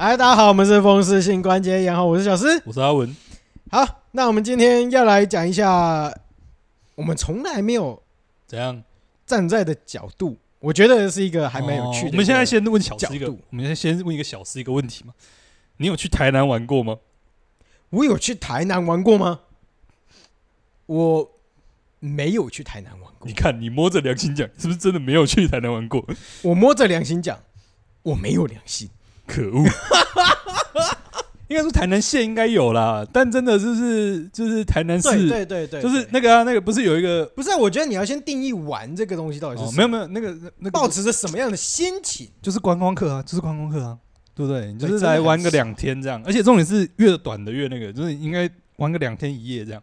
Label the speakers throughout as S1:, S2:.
S1: 嗨，哎大家好，我们是风湿性关节炎，好，我是小诗。
S2: 我是阿文，
S1: 好，那我们今天要来讲一下，我们从来没有
S2: 怎样？
S1: 站在的角度，我觉得是一个还蛮有趣的一
S2: 哦
S1: 个、
S2: 我们现在先问小思一个
S1: 角度，
S2: 我们先问一个小思一个问题嘛。你有去台南玩过吗？
S1: 我有去台南玩过吗？我没有去台南玩过
S2: 你。看，你摸着良心讲，是不是真的没有去台南玩 过？
S1: 我摸着良心讲，我没有良心。
S2: 可恶！应该说台南县应该有啦，但真的就是就是台南
S1: 对
S2: 市，
S1: 对对对，
S2: 就是
S1: 对
S2: 那个啊，那个不是有一个
S1: 不是啊？我觉得你要先定义玩这个东西到底是
S2: 哦
S1: 什么、
S2: 没有没有那个那
S1: 抱
S2: 个
S1: 持着什么样的心情？
S2: 就是观光客啊，就是观光客啊，对不对？你就
S1: 对真
S2: 是
S1: 的
S2: 来
S1: 很
S2: 玩
S1: 少
S2: 个两天这样，而且重点是越短的越那个，就是应该玩个两天一夜这样。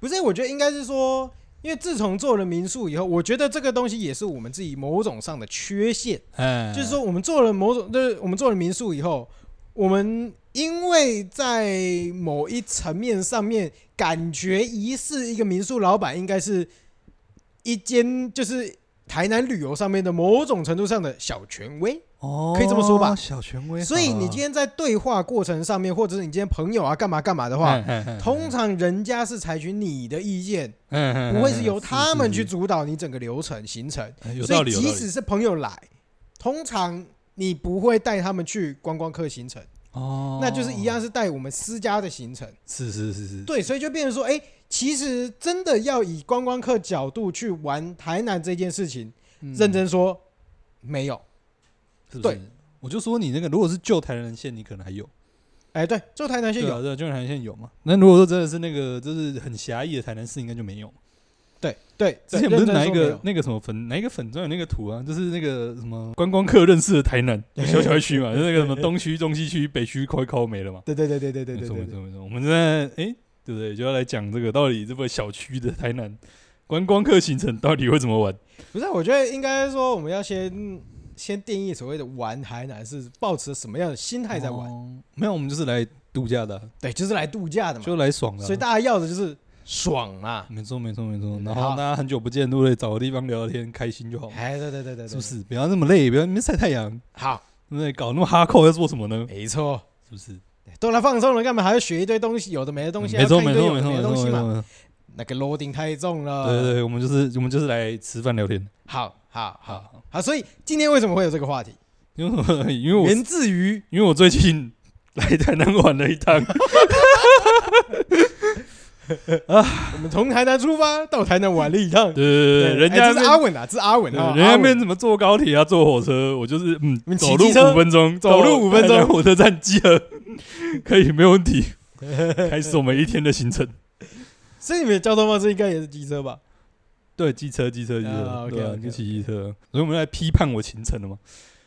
S1: 不是，我觉得应该是说，因为自从做了民宿以后，我觉得这个东西也是我们自己某种上的缺陷，
S2: 哎，
S1: 就是说我们做了某种，就是我们做了民宿以后，我们因为在某一层面上面感觉疑似一个民宿老板应该是一间就是台南旅游上面的某种程度上的小权威，
S2: 哦，
S1: 可以这么说吧
S2: 小权威。
S1: 所以你今天在对话过程上面，或者是你今天朋友啊干嘛干嘛的话，
S2: 话
S1: 通常人家是采取你的意见。不
S2: 不
S1: 会是由他
S2: 嗯
S1: 们去主导你整个流程行程。
S2: 有道
S1: 所
S2: 理，
S1: 以
S2: 有
S1: 即
S2: 道理
S1: 使是朋友来，通常你不会带他们去观光客行程，
S2: 哦
S1: 那就是一，样是带我们私家的行程。
S2: 是是是是，
S1: 对，所以就变成说，哎，其实真的要以观光客角度去玩台南这件事情，
S2: 嗯
S1: 认真说没有。
S2: 是不
S1: 对
S2: 是？嗯我就说你那个如果是旧台南线，你可能还有，
S1: 哎，对，就台南县
S2: 对
S1: 有
S2: 啊，对啊，旧台南线有嘛？那如果说真的是那个就是很狭义的台南市，应该就没有。
S1: 对对，
S2: 之前不是
S1: 对
S2: 拿一
S1: 认真说没
S2: 个
S1: 有
S2: 那个什么粉，哪一个粉专有那个图啊？就是那个什么观光客认识的 台南有小小一区嘛，就是那个什么东区、中西区、北区，快靠没了嘛。
S1: 对对对对对对对
S2: 没错
S1: 对
S2: 没
S1: 对，
S2: 错没错，我们现在哎，对不对？就要来讲这个到底这个小区的台南观光客行程到底会怎么玩？
S1: 不是，我觉得应该说我们要先先定义所谓的玩台南是抱持什么样的心态在玩。
S2: 哦没有，我们就是来度假的啊、
S1: 对，就是来度假的嘛，
S2: 就来爽的啊、
S1: 所以大家要的就是爽嘛。
S2: 没错没错没错
S1: 嗯。
S2: 然后
S1: 好
S2: 大家很久不见，对不对？找个地方聊聊天，开心就好，
S1: 哎，对对对对对，
S2: 是不？是？不要那么累，不要那么晒太阳，
S1: 好，
S2: 对不对？搞那么哈扣要做什么呢？
S1: 没错，
S2: 是不是？
S1: 都来放松了，干嘛还要学一堆东西？有的没的东西，
S2: 没错
S1: 还要看一堆
S2: 没错
S1: 有
S2: 没
S1: 的没的
S2: 错没错
S1: 东西
S2: 没
S1: 嘛。呃
S2: 错。
S1: 那个 loading 太重了。
S2: 对对，对，我们就是我们就是来吃饭聊天。
S1: 好好好
S2: 好，
S1: 好，所以今天为什么会有这个话题？
S2: 因为什么？因为我
S1: 源自于
S2: 因为我最近来台南玩了一 趟，
S1: 我们从台南出发到台南玩了一趟
S2: 对。对对对，人家
S1: 哎这是
S2: 那
S1: 阿
S2: 边
S1: 稳啊，这是阿稳
S2: 对
S1: 啊，
S2: 嗯人家
S1: 阿
S2: 那
S1: 稳
S2: 边怎么坐高铁啊，坐火车，我就是嗯
S1: 你，骑
S2: 走路
S1: 机车
S2: 五分钟，
S1: 走路五分钟
S2: 到台南火车站集合， 可以没问题。开始我们一天的行程。
S1: 所以你们的交通方式应该也是机车吧？
S2: 对，机车，机车，机
S1: 啊
S2: 车，
S1: ，OK，
S2: 对啊，
S1: OK，
S2: 就骑机车。所以我们来批判我行程了吗？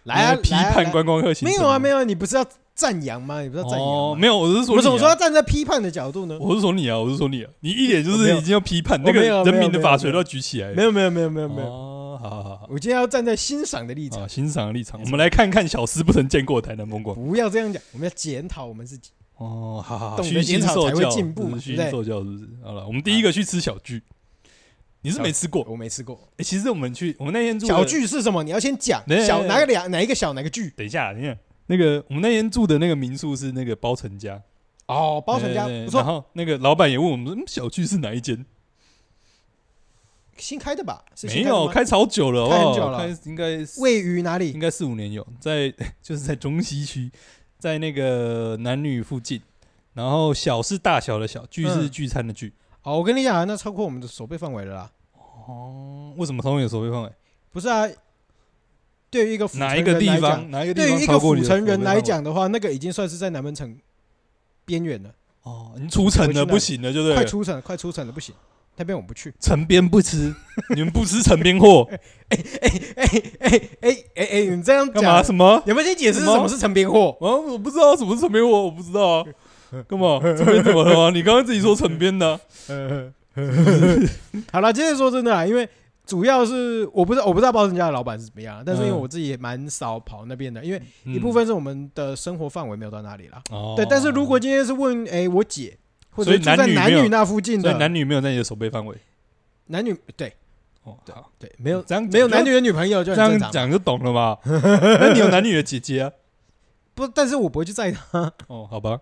S1: 来啊，
S2: 批
S1: 来啊
S2: 判
S1: 来啊
S2: 观光客行
S1: 没
S2: 程
S1: 有啊，没
S2: 有，
S1: 有啊，你不是要赞扬吗？你不是要赞扬
S2: 哦，
S1: 吗？
S2: 没有，我是
S1: 我
S2: 说
S1: 们怎么
S2: 你啊
S1: 说要站在批判的角度呢？
S2: 我是说你啊，我是说你啊，你一脸就
S1: 哦我没
S2: 是
S1: 有
S2: 已经要批判
S1: 我
S2: 那个
S1: 没有
S2: 人
S1: 没有
S2: 民的
S1: 没有
S2: 法
S1: 没
S2: 锤
S1: 有
S2: 都要举起来了。
S1: 没有没有没有没有没有，
S2: 哦，好好好好。
S1: 我今天要站在欣赏的立场
S2: 啊，，欣赏的立场，
S1: 没
S2: 我
S1: 错
S2: 们来看看小司不曾见过的台南风光。
S1: 不要这样讲，我们要检讨我们自己。
S2: 哦，好好好，
S1: 懂得
S2: 虚心
S1: 检讨
S2: 受
S1: 才会
S2: 教，
S1: 进步嘛
S2: 是虚
S1: 对
S2: 心
S1: 不
S2: 受教是不是？好了，我们第一个去吃小聚，你是没吃过？
S1: 我没吃过
S2: 哎，其实我们去我们那天住的
S1: 小，聚是什么？你要先讲
S2: 对
S1: 小哪个两哪一个小哪个聚
S2: 等一下，等一下，那个我们那天住的那个民宿是那个包成家，
S1: 哦，包成
S2: 对
S1: 家
S2: 对对
S1: 不
S2: 然
S1: 错，
S2: 后那个老板也问我们说，嗯小聚是哪一间？
S1: 新开的吧？是
S2: 没
S1: 新开的
S2: 有，啊
S1: 吗
S2: 开好久了，好不
S1: 开
S2: 好
S1: 很久了
S2: 开应该是
S1: 位于哪
S2: 应
S1: 里？
S2: 该四五年有，在 就是在中西区，在那个男女附近。然后小是大小的小，聚是
S1: 嗯
S2: 聚餐的聚。
S1: 哦，我跟你讲啊，那超过我们的手背范围了啦。
S2: 哦，为什么同样有手背范围？
S1: 不是啊，对于一个府城
S2: 哪一个
S1: 人
S2: 地
S1: 来讲
S2: 方？？哪一个地
S1: 对
S2: 方
S1: 于一
S2: 超
S1: 个
S2: 过你
S1: 府
S2: 的
S1: 城人
S2: 手背范
S1: 来
S2: 围，
S1: 讲的话，那个已经算是在南门城边缘了，
S2: 哦，你出城
S1: 回去那
S2: 了
S1: 里
S2: 不行了，就对
S1: 快
S2: 了。
S1: 出城了，快出城了，不行，那边我们不去。
S2: 城边 不吃，你们不吃城边货，
S1: 哎哎哎哎哎，你这样
S2: 干嘛？
S1: 讲，
S2: 什么？
S1: 有没有先解释
S2: 什
S1: 什
S2: 么
S1: 么是城边货？
S2: 啊，我不知道什么是城边货，我不知道 啊。干嘛？这边怎么了啊吗？你刚刚自己说城边的啊，
S1: 好了，接着说真的啦，啊因为主要是我不知道我不知道包人家的老板是怎么样啊，但是因为
S2: 嗯
S1: 我自己也蛮少跑那边的，因为
S2: 嗯
S1: 一部分是我们的生活范围没有到那里啦。
S2: 哦
S1: 对，但是如果今天是问哎、我姐或者
S2: 所以
S1: 是住在
S2: 男女
S1: 男
S2: 没有
S1: 女那附近
S2: 所以
S1: 的
S2: 男女没有在你的手背范围。
S1: 男女对
S2: 哦，好，
S1: 对没有
S2: 这样
S1: 没有
S2: 讲
S1: 男女的女朋友就
S2: 这
S1: 很正
S2: 样
S1: 常嘛，
S2: 讲就懂了吧？那你有男女的姐姐啊？
S1: 不，但是我不会去载他。
S2: 哦，好吧，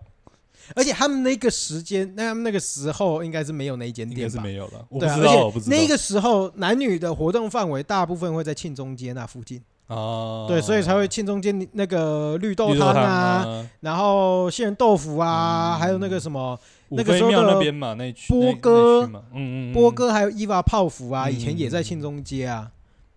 S1: 而且他们那个时间，那他们那个时候应该是没有那一间
S2: 应
S1: 店
S2: 该是
S1: 吧？
S2: 没有了，我不
S1: 对啊，
S2: 知道，我
S1: 而
S2: 不
S1: 且
S2: 知道
S1: 那个时候男女的活动范围大部分会在庆中街那附近，
S2: 啊，
S1: 对，所以才会庆中街那个绿豆
S2: 绿豆
S1: 汤
S2: 汤
S1: 啊，，然后杏仁豆腐啊，
S2: 嗯
S1: 还有那个什么
S2: 五
S1: 那个
S2: 妃
S1: 时候
S2: 庙
S1: 的
S2: 那边嘛，那一区
S1: 波
S2: 那那一
S1: 哥
S2: 区嘛，嗯嗯，嗯
S1: 波，哥，还有伊娃泡芙啊，
S2: 嗯
S1: 以前也在庆中街啊。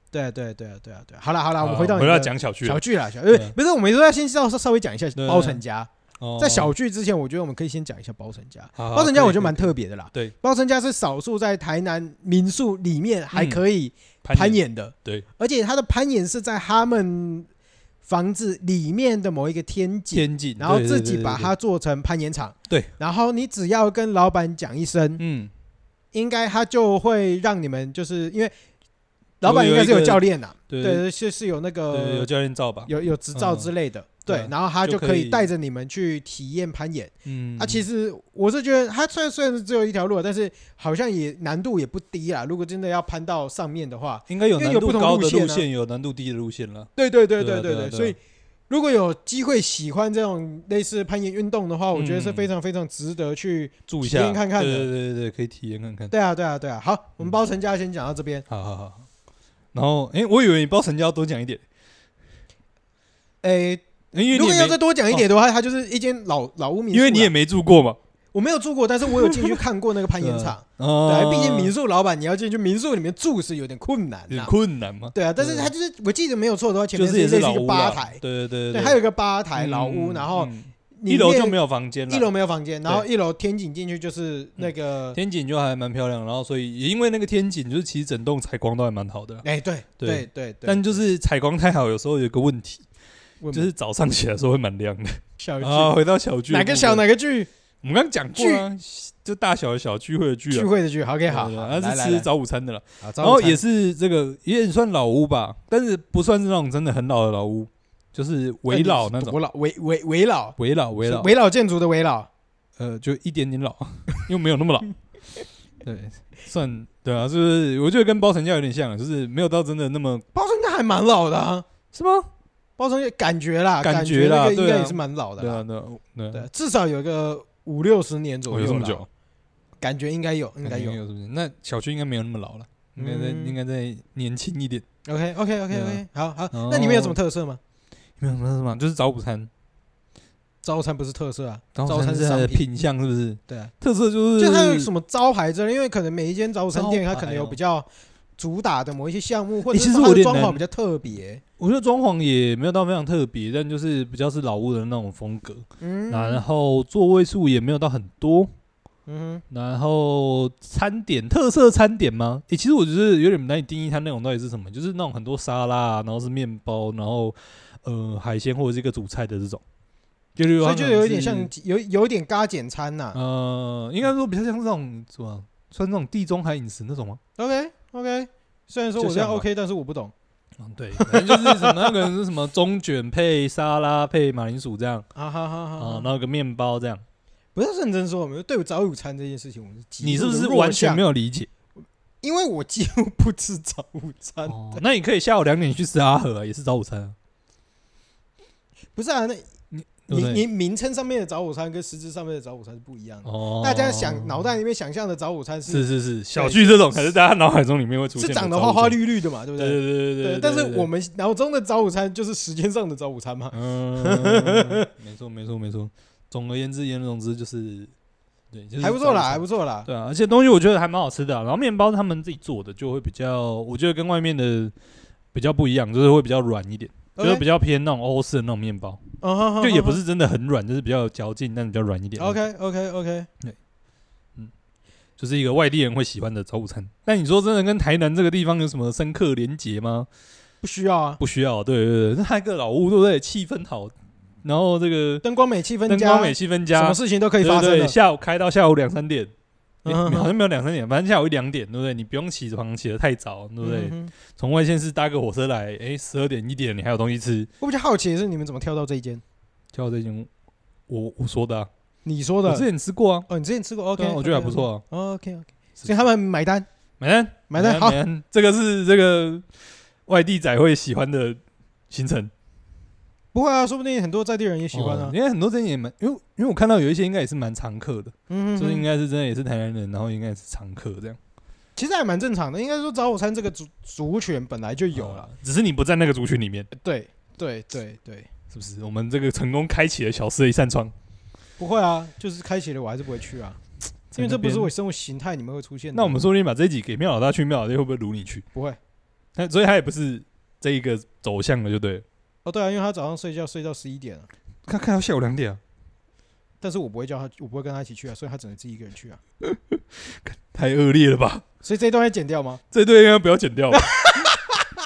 S1: 对啊对啊对啊对啊对啊，好了好了，我们
S2: 好
S1: 回到你
S2: 回
S1: 的
S2: 到讲小区了
S1: 小，剧啦，小呃
S2: 对
S1: 不是，我们都要先稍稍微讲一下
S2: 对
S1: 包成家。
S2: 哦
S1: 在小剧之前，我觉得我们可以先讲一下包成家。
S2: 好好
S1: 包成家
S2: 可以
S1: 我觉得
S2: 可以
S1: 蛮特别的啦。
S2: 对，
S1: 包成家是少数在台南民宿里面还可以攀
S2: 攀岩，
S1: 岩的。
S2: 对，
S1: 而且他的攀岩是在他们房子里面的某一个天井，
S2: 天井，
S1: 然后
S2: 对
S1: 自己把，
S2: 对对对对
S1: 它做成攀岩场。
S2: 对，
S1: 然后你只要跟老板讲一声，
S2: 嗯，
S1: 应该他就会让你们就是因为老板
S2: 有
S1: 应该是
S2: 有一
S1: 有
S2: 个
S1: 教练呐，
S2: 对对
S1: 对，是是有那
S2: 对，有
S1: 个
S2: 教练照吧，
S1: 有有执照之类的，对
S2: 对，啊
S1: 然后他就
S2: 就可
S1: 可以
S2: 以
S1: 带着你们去体验攀岩。
S2: 嗯，
S1: 啊，其
S2: 实
S1: 实我是觉得它虽然虽然是只有一条路啊，但是好像也难度也不低啦。如果真的要攀到上面的话，
S2: 应该有
S1: 因为
S2: 难
S1: 有
S2: 度
S1: 不同
S2: 高
S1: 路
S2: 的
S1: 线
S2: 路
S1: 啊
S2: 线，有难度低的路线了，
S1: 对对对
S2: 对啊
S1: 对
S2: 对啊对啊
S1: 所以如果有机会喜欢这种类似攀岩运动的话，我觉得是
S2: 嗯
S1: 非常非常值得去。
S2: 注一
S1: 体
S2: 下，
S1: 验看看
S2: 对
S1: 的
S2: 对对对对，可以体验看看，
S1: 对啊，对啊，对啊。好，我们包成家先讲到这边。
S2: 好好好好，然后哎，我以为你包成家要多讲一点，
S1: 诶，
S2: 嗯因为
S1: 如
S2: 你
S1: 果
S2: 也
S1: 要
S2: 没
S1: 再多讲一点的话，它就是一间老老屋民宿啦。啊
S2: 因为你也没住过嘛，
S1: 我没有住过，但是我有进去看过那个攀岩 场。
S2: 啊
S1: 对，，毕竟民宿老板你要进去民宿里面住是有点困难
S2: 有
S1: 呐。
S2: 困难嘛，
S1: 对啊，但是它就是我记得没有错的话，前
S2: 就
S1: 面
S2: 是也
S1: 类似
S2: 老
S1: 一个
S2: 屋
S1: 吧
S2: 啦
S1: 台。
S2: 对对
S1: 对，还有一个吧台老屋，
S2: 嗯
S1: 然后
S2: 嗯
S1: 里
S2: 一楼就
S1: 面
S2: 没有房间了，
S1: 一楼没有房间，然后
S2: 对嗯
S1: 一楼天井进去就是那个，
S2: 天井就还蛮漂亮，然后所以也因为那个天井，就是其实整栋采光都还蛮好的啦。
S1: 哎，对
S2: 对
S1: 对对，对
S2: 但就是采光太好，有时候有个问题，
S1: 问
S2: 就是早上起来的时候会蛮亮的。
S1: 小
S2: 啊，
S1: 聚
S2: 回到小聚的
S1: 哪
S2: 部
S1: 个
S2: 分
S1: 小？哪个聚
S2: 我们刚刚讲过啊，就大小的小聚会的聚
S1: 聚
S2: 啊，
S1: 会的聚，OK
S2: 对
S1: 好，
S2: 对
S1: 好来
S2: 对它
S1: 来
S2: 是吃
S1: 来
S2: 早午餐的啦。
S1: 好早
S2: 然后
S1: 午餐
S2: 也是这个也算老屋吧，但是不算是那种真的很老的老屋，就是围老那种
S1: 围老围围围老
S2: 围老围老
S1: 围老建筑的围老，
S2: 呃，就一点点老， 又没有那么老。对，算对啊，就是我觉得跟包成家有点像，啊就是没有到真的那么
S1: 包成家还蛮老的啊，
S2: 是吗？
S1: 包成家感觉啦，
S2: 感
S1: 感
S2: 觉
S1: 那
S2: 啦
S1: 个应
S2: 对
S1: 该
S2: 啊
S1: 也是蛮老的
S2: 对啊，
S1: 啦，
S2: 对啊，对
S1: 对
S2: 啊，，
S1: 至少有个五六十年左
S2: 我
S1: 右
S2: 有这么
S1: 啦
S2: 久，
S1: 感觉应该有，应该
S2: 有
S1: 有
S2: 是不是？那小区应该没有那么老了，应该再
S1: 嗯
S2: 应该再年轻一点。
S1: ，OK OK OK
S2: 对啊
S1: OK，好好
S2: 然，
S1: 那里面有什么
S2: 后
S1: 特色吗？
S2: 没有没有什么，就是早午餐，
S1: 早餐不是特色啊，
S2: 早
S1: 早餐
S2: 餐
S1: 是
S2: 是它
S1: 商
S2: 的
S1: 品，
S2: 品相是不是？
S1: 对啊。
S2: 特色就是
S1: 就它有什
S2: 么？
S1: 么招牌之类，因为可能每一间早餐店
S2: 招
S1: 它
S2: 牌
S1: 可能有
S2: 哦
S1: 比较主打的某一些项目，或者
S2: 欸其
S1: 是它
S2: 实我有
S1: 的
S2: 点
S1: 装潢
S2: 难
S1: 比较特别。
S2: 我觉得装潢也没有到非常特别，但就是比较是老屋的那种风格。
S1: 嗯，
S2: 然后座位数也没有到很多，
S1: 嗯
S2: 然后餐点特色餐点吗？诶、其实我觉得有点难以定义它那种到底是什么，就是那种很多沙拉啊，然后是面包，然后呃海鲜或者是一个主菜的这种，就是
S1: 哼，所
S2: 它
S1: 以就
S2: 可能
S1: 有一点
S2: 是
S1: 像有有一点嘎减餐呐。
S2: 呃，应该说比较像这种什么，算那种地中海饮食那种吗？
S1: OK OK，虽然说我
S2: 就
S1: 这样
S2: 像吧
S1: OK，但是我不懂
S2: 嗯， 对，反正就是什么那个是什么中卷配沙拉配马铃薯这样
S1: 啊哈哈
S2: 啊、
S1: 哈
S2: 然。后有个面包这样，
S1: 不是认真说，我们对早午餐这件事情，我们极
S2: 你是不
S1: 度的
S2: 是
S1: 弱
S2: 完全
S1: 项
S2: 没有理解？
S1: 因为我几乎不吃早午餐，
S2: 哦，那你可以下午两点去吃阿和、啊，也是早午餐啊。
S1: 不是啊？那
S2: 对不
S1: 你
S2: 对
S1: 你名称上面的早午餐跟实质上面的早午餐是不一样的。
S2: 哦，
S1: 大家想脑袋里面想象的早午餐是
S2: 是是是，小巨这种才是大家脑海中里面会出现
S1: 是
S2: 的
S1: 长得
S2: 招
S1: 花花
S2: 数，
S1: 绿绿的嘛，对不
S2: 对
S1: 对？
S2: 对对对
S1: 对，但是我们脑中的早午餐就是时间上的早午餐嘛。
S2: 嗯，没错没错没错。总而言之，言而总之就是，对，就是
S1: 还不错啦，还
S2: 早
S1: 不
S2: 餐
S1: 错啦。
S2: 对啊，而且东西我觉得还蛮好吃的啊、然后面包是他们自己做的，就会比较，我觉得跟外面的比较不一样，就是会比较软一点，就是比较偏那种欧式的那种面包，
S1: 较
S2: 就也不是真的很软，就是比较有嚼劲，但比较软一点。
S1: OK OK OK，
S2: 就是一个外地人会喜欢的早午餐。但你说真的跟台南这个地方有什么深刻连结吗？
S1: 不需要啊，
S2: 不需要，对对对，那还有一个老屋，对不对？气氛好，然后这个
S1: 灯光美，气氛
S2: 灯
S1: 佳
S2: 光，美，气氛
S1: 什
S2: 佳
S1: 么，事情都可以
S2: 对
S1: 发
S2: 对
S1: 生
S2: 对，
S1: 的。
S2: 下午开到下午两三点，诶
S1: 嗯哼
S2: 好像没有两三点，反正下午一两点，对不对？你不用起床起得太早，对不对？
S1: 嗯哼
S2: 从外县市搭个火车来，哎，十二点一点你还有东西吃，
S1: 我比较好奇的是你们怎么跳到这一间？
S2: 就这种我我说的啊，
S1: 你说
S2: 我
S1: 的
S2: 之前吃过啊
S1: 哦，你之前吃过
S2: 对
S1: OK，
S2: 啊，我觉得还不。错啊。
S1: OK OK，
S2: 是
S1: 所以他们买单
S2: 买单
S1: 买单好，
S2: 买单，这个是这个外地仔会喜欢的行程。
S1: 不会啊，说不定很多在地人也喜欢
S2: 哦
S1: 啊。
S2: 因为很多这也蛮，因为因为我看到有一些应该也是蛮常客的，
S1: 嗯，
S2: 就是应
S1: 该
S2: 该是真的也是台南人，然后应该是常客这样
S1: 其实还蛮正常的，应该说早午餐这个族族群本来就有了。
S2: 嗯只是你不在那个族群里面，
S1: 对对对对，
S2: 是不是？我们这个成功开启了小四的一扇窗，
S1: 不会啊，就是开启了我还是不会去啊，因为这不是我。生活形态里面会出现的。
S2: 那我们说不定把这一集给妙老大去，妙老大会不会掳你去？
S1: 不会
S2: 那所以他也不是这一个走向的，就对了。
S1: 哦，对啊，因为他早上睡觉睡到十一点了，
S2: 看看到下午两点啊，
S1: 但是我不会叫他，我不会跟他一起去啊，所以他只能自己一个人去啊。
S2: 太恶劣了吧？
S1: 所以这一段要剪掉吗？
S2: 这对应该不要剪掉 吧。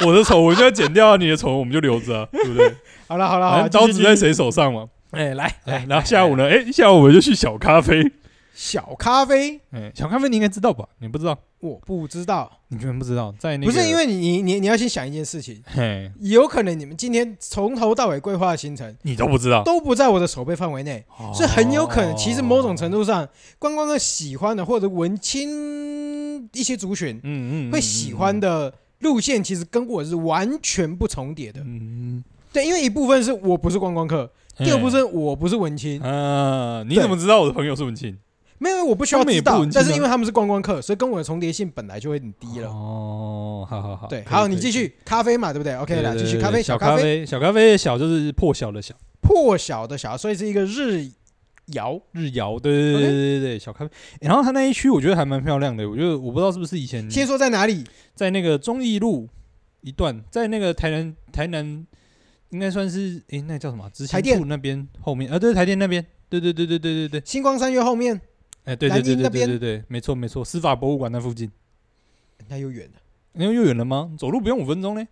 S2: 我的丑我就要剪掉啊，你的丑我们就留着啊，对不 对？
S1: 好了好了好
S2: 反
S1: 了，
S2: 正刀
S1: 继
S2: 子
S1: 续
S2: 在
S1: 继续
S2: 谁手上嘛？
S1: 哎，来
S2: 哎，然后下午呢？哎，下午我们就去小咖啡。
S1: 小咖啡，
S2: 哎，小咖啡你应该知道吧？你不知道？
S1: 我不知道，
S2: 你居然不知道？在那
S1: 不
S2: 个
S1: 是因为你你你你要先想一件事情，
S2: 嘿，
S1: 有可能你们今天从头到尾规划的行程
S2: 你都不知道，
S1: 都不在我的手背范围内，
S2: 哦
S1: 所以很有可能，其实某种程
S2: 度，
S1: 度上，观光客喜欢的或者文青一些族群
S2: 嗯嗯，
S1: 会喜欢的路线，其实跟我是完全不重叠的。
S2: 嗯。嗯，
S1: 对，因为一部分是我不是观光客，第二部
S2: 哎
S1: 分是我不是文青，
S2: 啊，你
S1: 对
S2: 怎么知道我的朋友是文青？
S1: 没有我不需要
S2: 他们也
S1: 知
S2: 不
S1: 道
S2: 文，青
S1: 但是
S2: 啊
S1: 因为他们是观光客，所以跟我的重叠性本来就会很低了。
S2: 哦，好好好，
S1: 对，
S2: 可以
S1: 好，你
S2: 可以
S1: 继
S2: 可以
S1: 续咖啡嘛，对不对？OK
S2: 对
S1: 啦，
S2: 对
S1: 继续
S2: 对
S1: 咖
S2: 对
S1: 啡，
S2: 小
S1: 咖
S2: 咖
S1: 啡，
S2: 啡，小咖啡的小就是破晓的小，
S1: 破晓的晓，所以是一个日谣。
S2: 日瑶，对对对
S1: OK
S2: 对对对，小咖啡。然后它那一区我觉得还蛮漂亮的，我觉得我不知道是不是以前
S1: 先说在哪里？
S2: 在那个忠义路一段，在那个台南台南应该算是诶、那叫什么啊执
S1: 台
S2: 行
S1: 电
S2: 处那边后面啊，对台电那边，对对对对对对对，
S1: 星光三月后面，
S2: 哎对
S1: 南
S2: 对对
S1: 京那
S2: 对对
S1: 边
S2: 对对，没错没错，司法博物馆那附近，
S1: 那又远了。
S2: 因为又远了吗？走路不用五分钟嘞，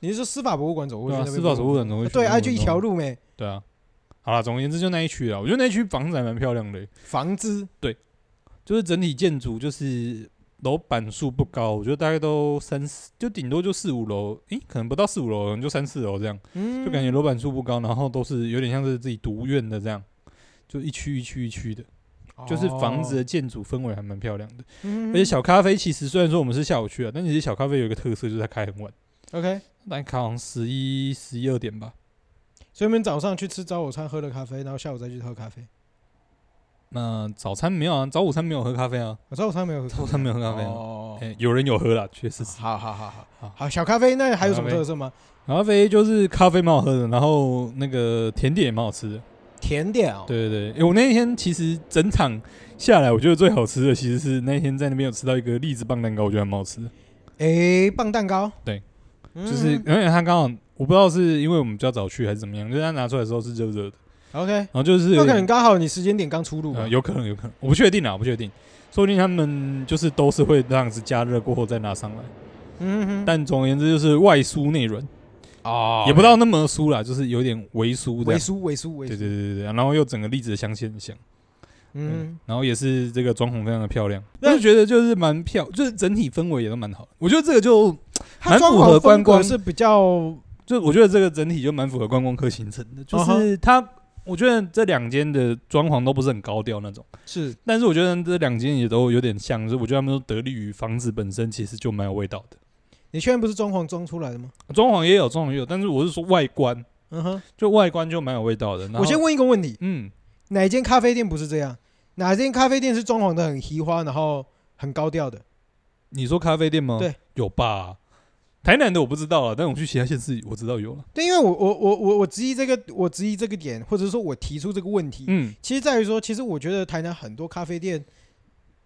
S1: 你是说司法博物馆走过去
S2: 对啊
S1: 那边
S2: 司
S1: 吗？
S2: 法博物馆走过去
S1: 对啊，
S2: 五分
S1: 就
S2: 钟
S1: 一条路没
S2: 对啊。好啦，总而言之就那一区啊啦，我觉得那一区房子还蛮漂亮的、欸
S1: 房子，
S2: 就是整体建筑就是楼板数不高，我觉得大概都三四，就顶多就四五楼，诶、可能不到四五楼，可能就三四楼这样，
S1: 嗯，
S2: 就感觉楼板数不高，然后都是有点像是自己独院的这样，就一区一区一区的，就是房子
S1: 哦，
S2: 的建筑氛围还蛮漂亮的。
S1: 嗯
S2: 而且小咖啡其实虽然说我们是下午去啊，但其实小咖啡有一个特色就是它开很晚，
S1: 哦 OK，
S2: 大概开好像十一十一二点吧。
S1: 所以我们早上去吃早午餐，喝了咖啡，然后下午再去喝咖啡。
S2: 那早餐没有啊，早午餐没有喝咖啡啊，
S1: 我哦早午餐没有喝咖啡，
S2: 早午餐没有喝咖啡啊。
S1: 哦，
S2: 哎、有人有喝啦，确实是。
S1: 好好好好
S2: 好
S1: 好，小咖啡那还有什么
S2: 小咖啡
S1: 特色吗？
S2: 咖啡就是咖啡蛮好喝的，然后那个甜点也蛮好吃的。
S1: 甜点哦，
S2: 对对对，诶哎我那天其实整场下来，我觉得最好吃的其实是那天在那边有吃到一个栗子棒蛋糕，我觉得蛮好吃的。
S1: 哎，棒蛋糕，
S2: 对
S1: 嗯，
S2: 就是因为它刚好，我不知道是因为我们比较早去还是怎么样，就是它拿出来的时候是热热的，
S1: OK，
S2: 然后就是
S1: 那
S2: 有
S1: 可
S2: 点
S1: 能刚好你时间点刚出炉吧，
S2: 呃有可能有可能，我不确定啊，我不确定，说不定他们就是都是会这样子加热过后再拿上来。
S1: 嗯哼，
S2: 但总而言之就是外酥内软，
S1: 哦
S2: 也不到那么酥啦，就是有点微酥这
S1: 维
S2: 样。
S1: 苏维苏维
S2: 对对
S1: 苏，
S2: 对对对，然后又整个栗子的香气很香。嗯
S1: 嗯，，
S2: 然后也是这个装潢非常的漂亮，
S1: 那
S2: 我就觉得就是蛮漂，就是整体氛围也都蛮好的。我觉得这个就
S1: 它
S2: 蛮
S1: 装
S2: 符合
S1: 潢
S2: 观
S1: 风格
S2: 光
S1: 是比较
S2: 就我觉得这个整体就蛮符合观光客行程的，就
S1: 啊哈
S2: 是它，我觉得这两间的装潢都不是很高调那种，
S1: 是
S2: 但是我觉得这两间也都有点像，就是我觉得他们都得力于房子本身其实就蛮有味道的，
S1: 你确认不是装潢装出来的吗？
S2: 装潢也有，装潢也有，但是我是说外观，
S1: 嗯哼，
S2: 就外观就蛮有味道的。然后
S1: 我先，问一个问题，
S2: 嗯，
S1: 哪间咖啡店不是这样？哪间咖啡店是装潢的很奇花，然后很高调的？
S2: 你说咖啡店吗？
S1: 对，
S2: 有吧？台南的我不知道啊，但我去其他县市我知道有了。
S1: 对，因为我我我我我质疑这个，我质疑这个点，或者说我提出这个问题，
S2: 嗯，
S1: 其实在于说，其实我觉得台南很多咖啡店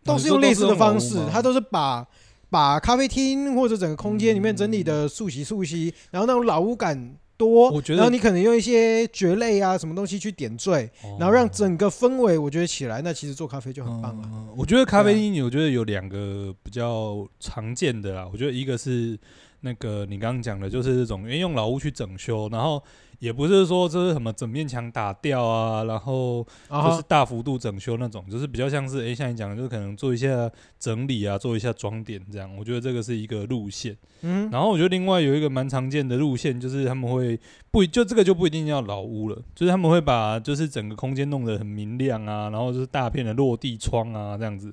S1: 都
S2: 你
S1: 是
S2: 说
S1: 用类似
S2: 用
S1: 的方
S2: 老屋
S1: 式
S2: 吗，
S1: 它都是把把咖啡厅或者整个空间里面整理的素席素席，然后那种老屋感多，
S2: 我觉得
S1: 然后你可能用一些蕨类啊什么东西去点缀，
S2: 哦嗯
S1: 然后让整个氛围我觉得起来，那其实做咖啡就很棒啊了。
S2: 嗯我觉得咖啡
S1: 对
S2: 因，我觉得有两个比较常见的啊啦。我觉得一个是那个你刚刚讲的，就是这种因为用老屋去整修，然后也不是说这是什么整面墙打掉啊，然后
S1: 啊
S2: 就是
S1: 哈，
S2: 大幅度整修那种，就是比较像是诶，像你讲的，就是可能做一下整理啊，做一下装点这样。我觉得这个是一个路线。
S1: 嗯，
S2: 然后我觉得另外有一个蛮常见的路线，就是他们会不就这个就不一定要老屋了，就是他们会把就是整个空间弄得很明亮啊，然后就是大片的落地窗啊这样子。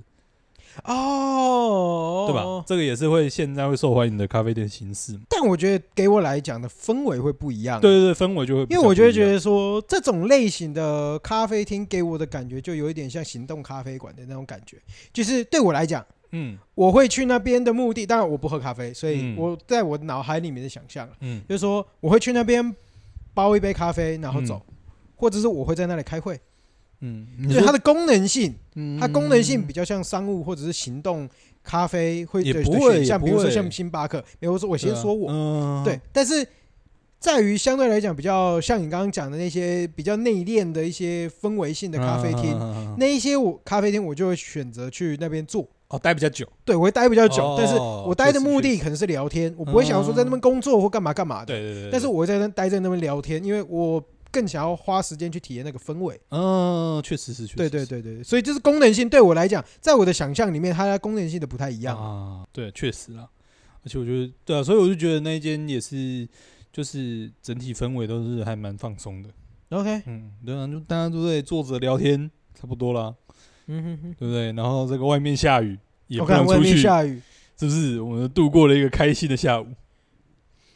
S1: 哦，
S2: 对吧？？这个也是会现在会受欢迎的咖啡店形式嘛。
S1: 但我觉得给我来讲的氛围会不一样。
S2: 对，对对，氛围就会比
S1: 因
S2: 较
S1: 为
S2: 不一样，
S1: 我就会觉得说，这种类型的咖啡厅给我的感觉就有一点像行动咖啡馆的那种感觉，就是对我来讲。
S2: 嗯
S1: 我会去那边的目的，当然我不喝咖啡，所以
S2: 嗯
S1: 我在我脑海里面的想象啊，
S2: 嗯
S1: 就是说我会去那边包一杯咖啡，然后走，或者是我会在那里开会。
S2: 嗯，你
S1: 所以
S2: 说
S1: 它的功能性，
S2: 嗯
S1: 它功能性比较像商务或者是行动咖啡会
S2: 也
S1: 的
S2: 不
S1: 的
S2: 会
S1: 选项，
S2: 也不
S1: 比如说
S2: 会
S1: 像星巴克。比如说我先说我，
S2: 嗯
S1: 对，但是在于相对来讲比较像你刚刚讲的那些比较内敛的一些氛围性的咖啡厅，
S2: 嗯
S1: 那一些我咖啡厅我就会选择去那边坐。
S2: 哦待比较久，
S1: 对，我会待比较久，
S2: 哦
S1: 但是我待的目的可能是聊天，我不会想要说在那边工作或干嘛干嘛的。
S2: 对对对，对
S1: 但是我会在那待在那边聊天，因为我更想要花时间去体验那个氛围。
S2: 嗯，确实是，确实
S1: 对
S2: 是
S1: 对对对，所以就是功能性对我来讲，在我的想象里面，它的功能性的不太一样。
S2: 啊，对，确实啦。而且我觉得，对啊，所以我就觉得那一间也是，就是整体氛围都是还蛮放松的。
S1: OK，
S2: 嗯，对啊，就大家都在坐着聊天，差不多啦，
S1: 嗯哼哼，
S2: 对不对？然后这个外面下雨，也
S1: 我
S2: 不
S1: 看
S2: 能
S1: 外
S2: 出
S1: 面
S2: 去，是
S1: 下雨
S2: 不是？我们度过了一个开心的下午。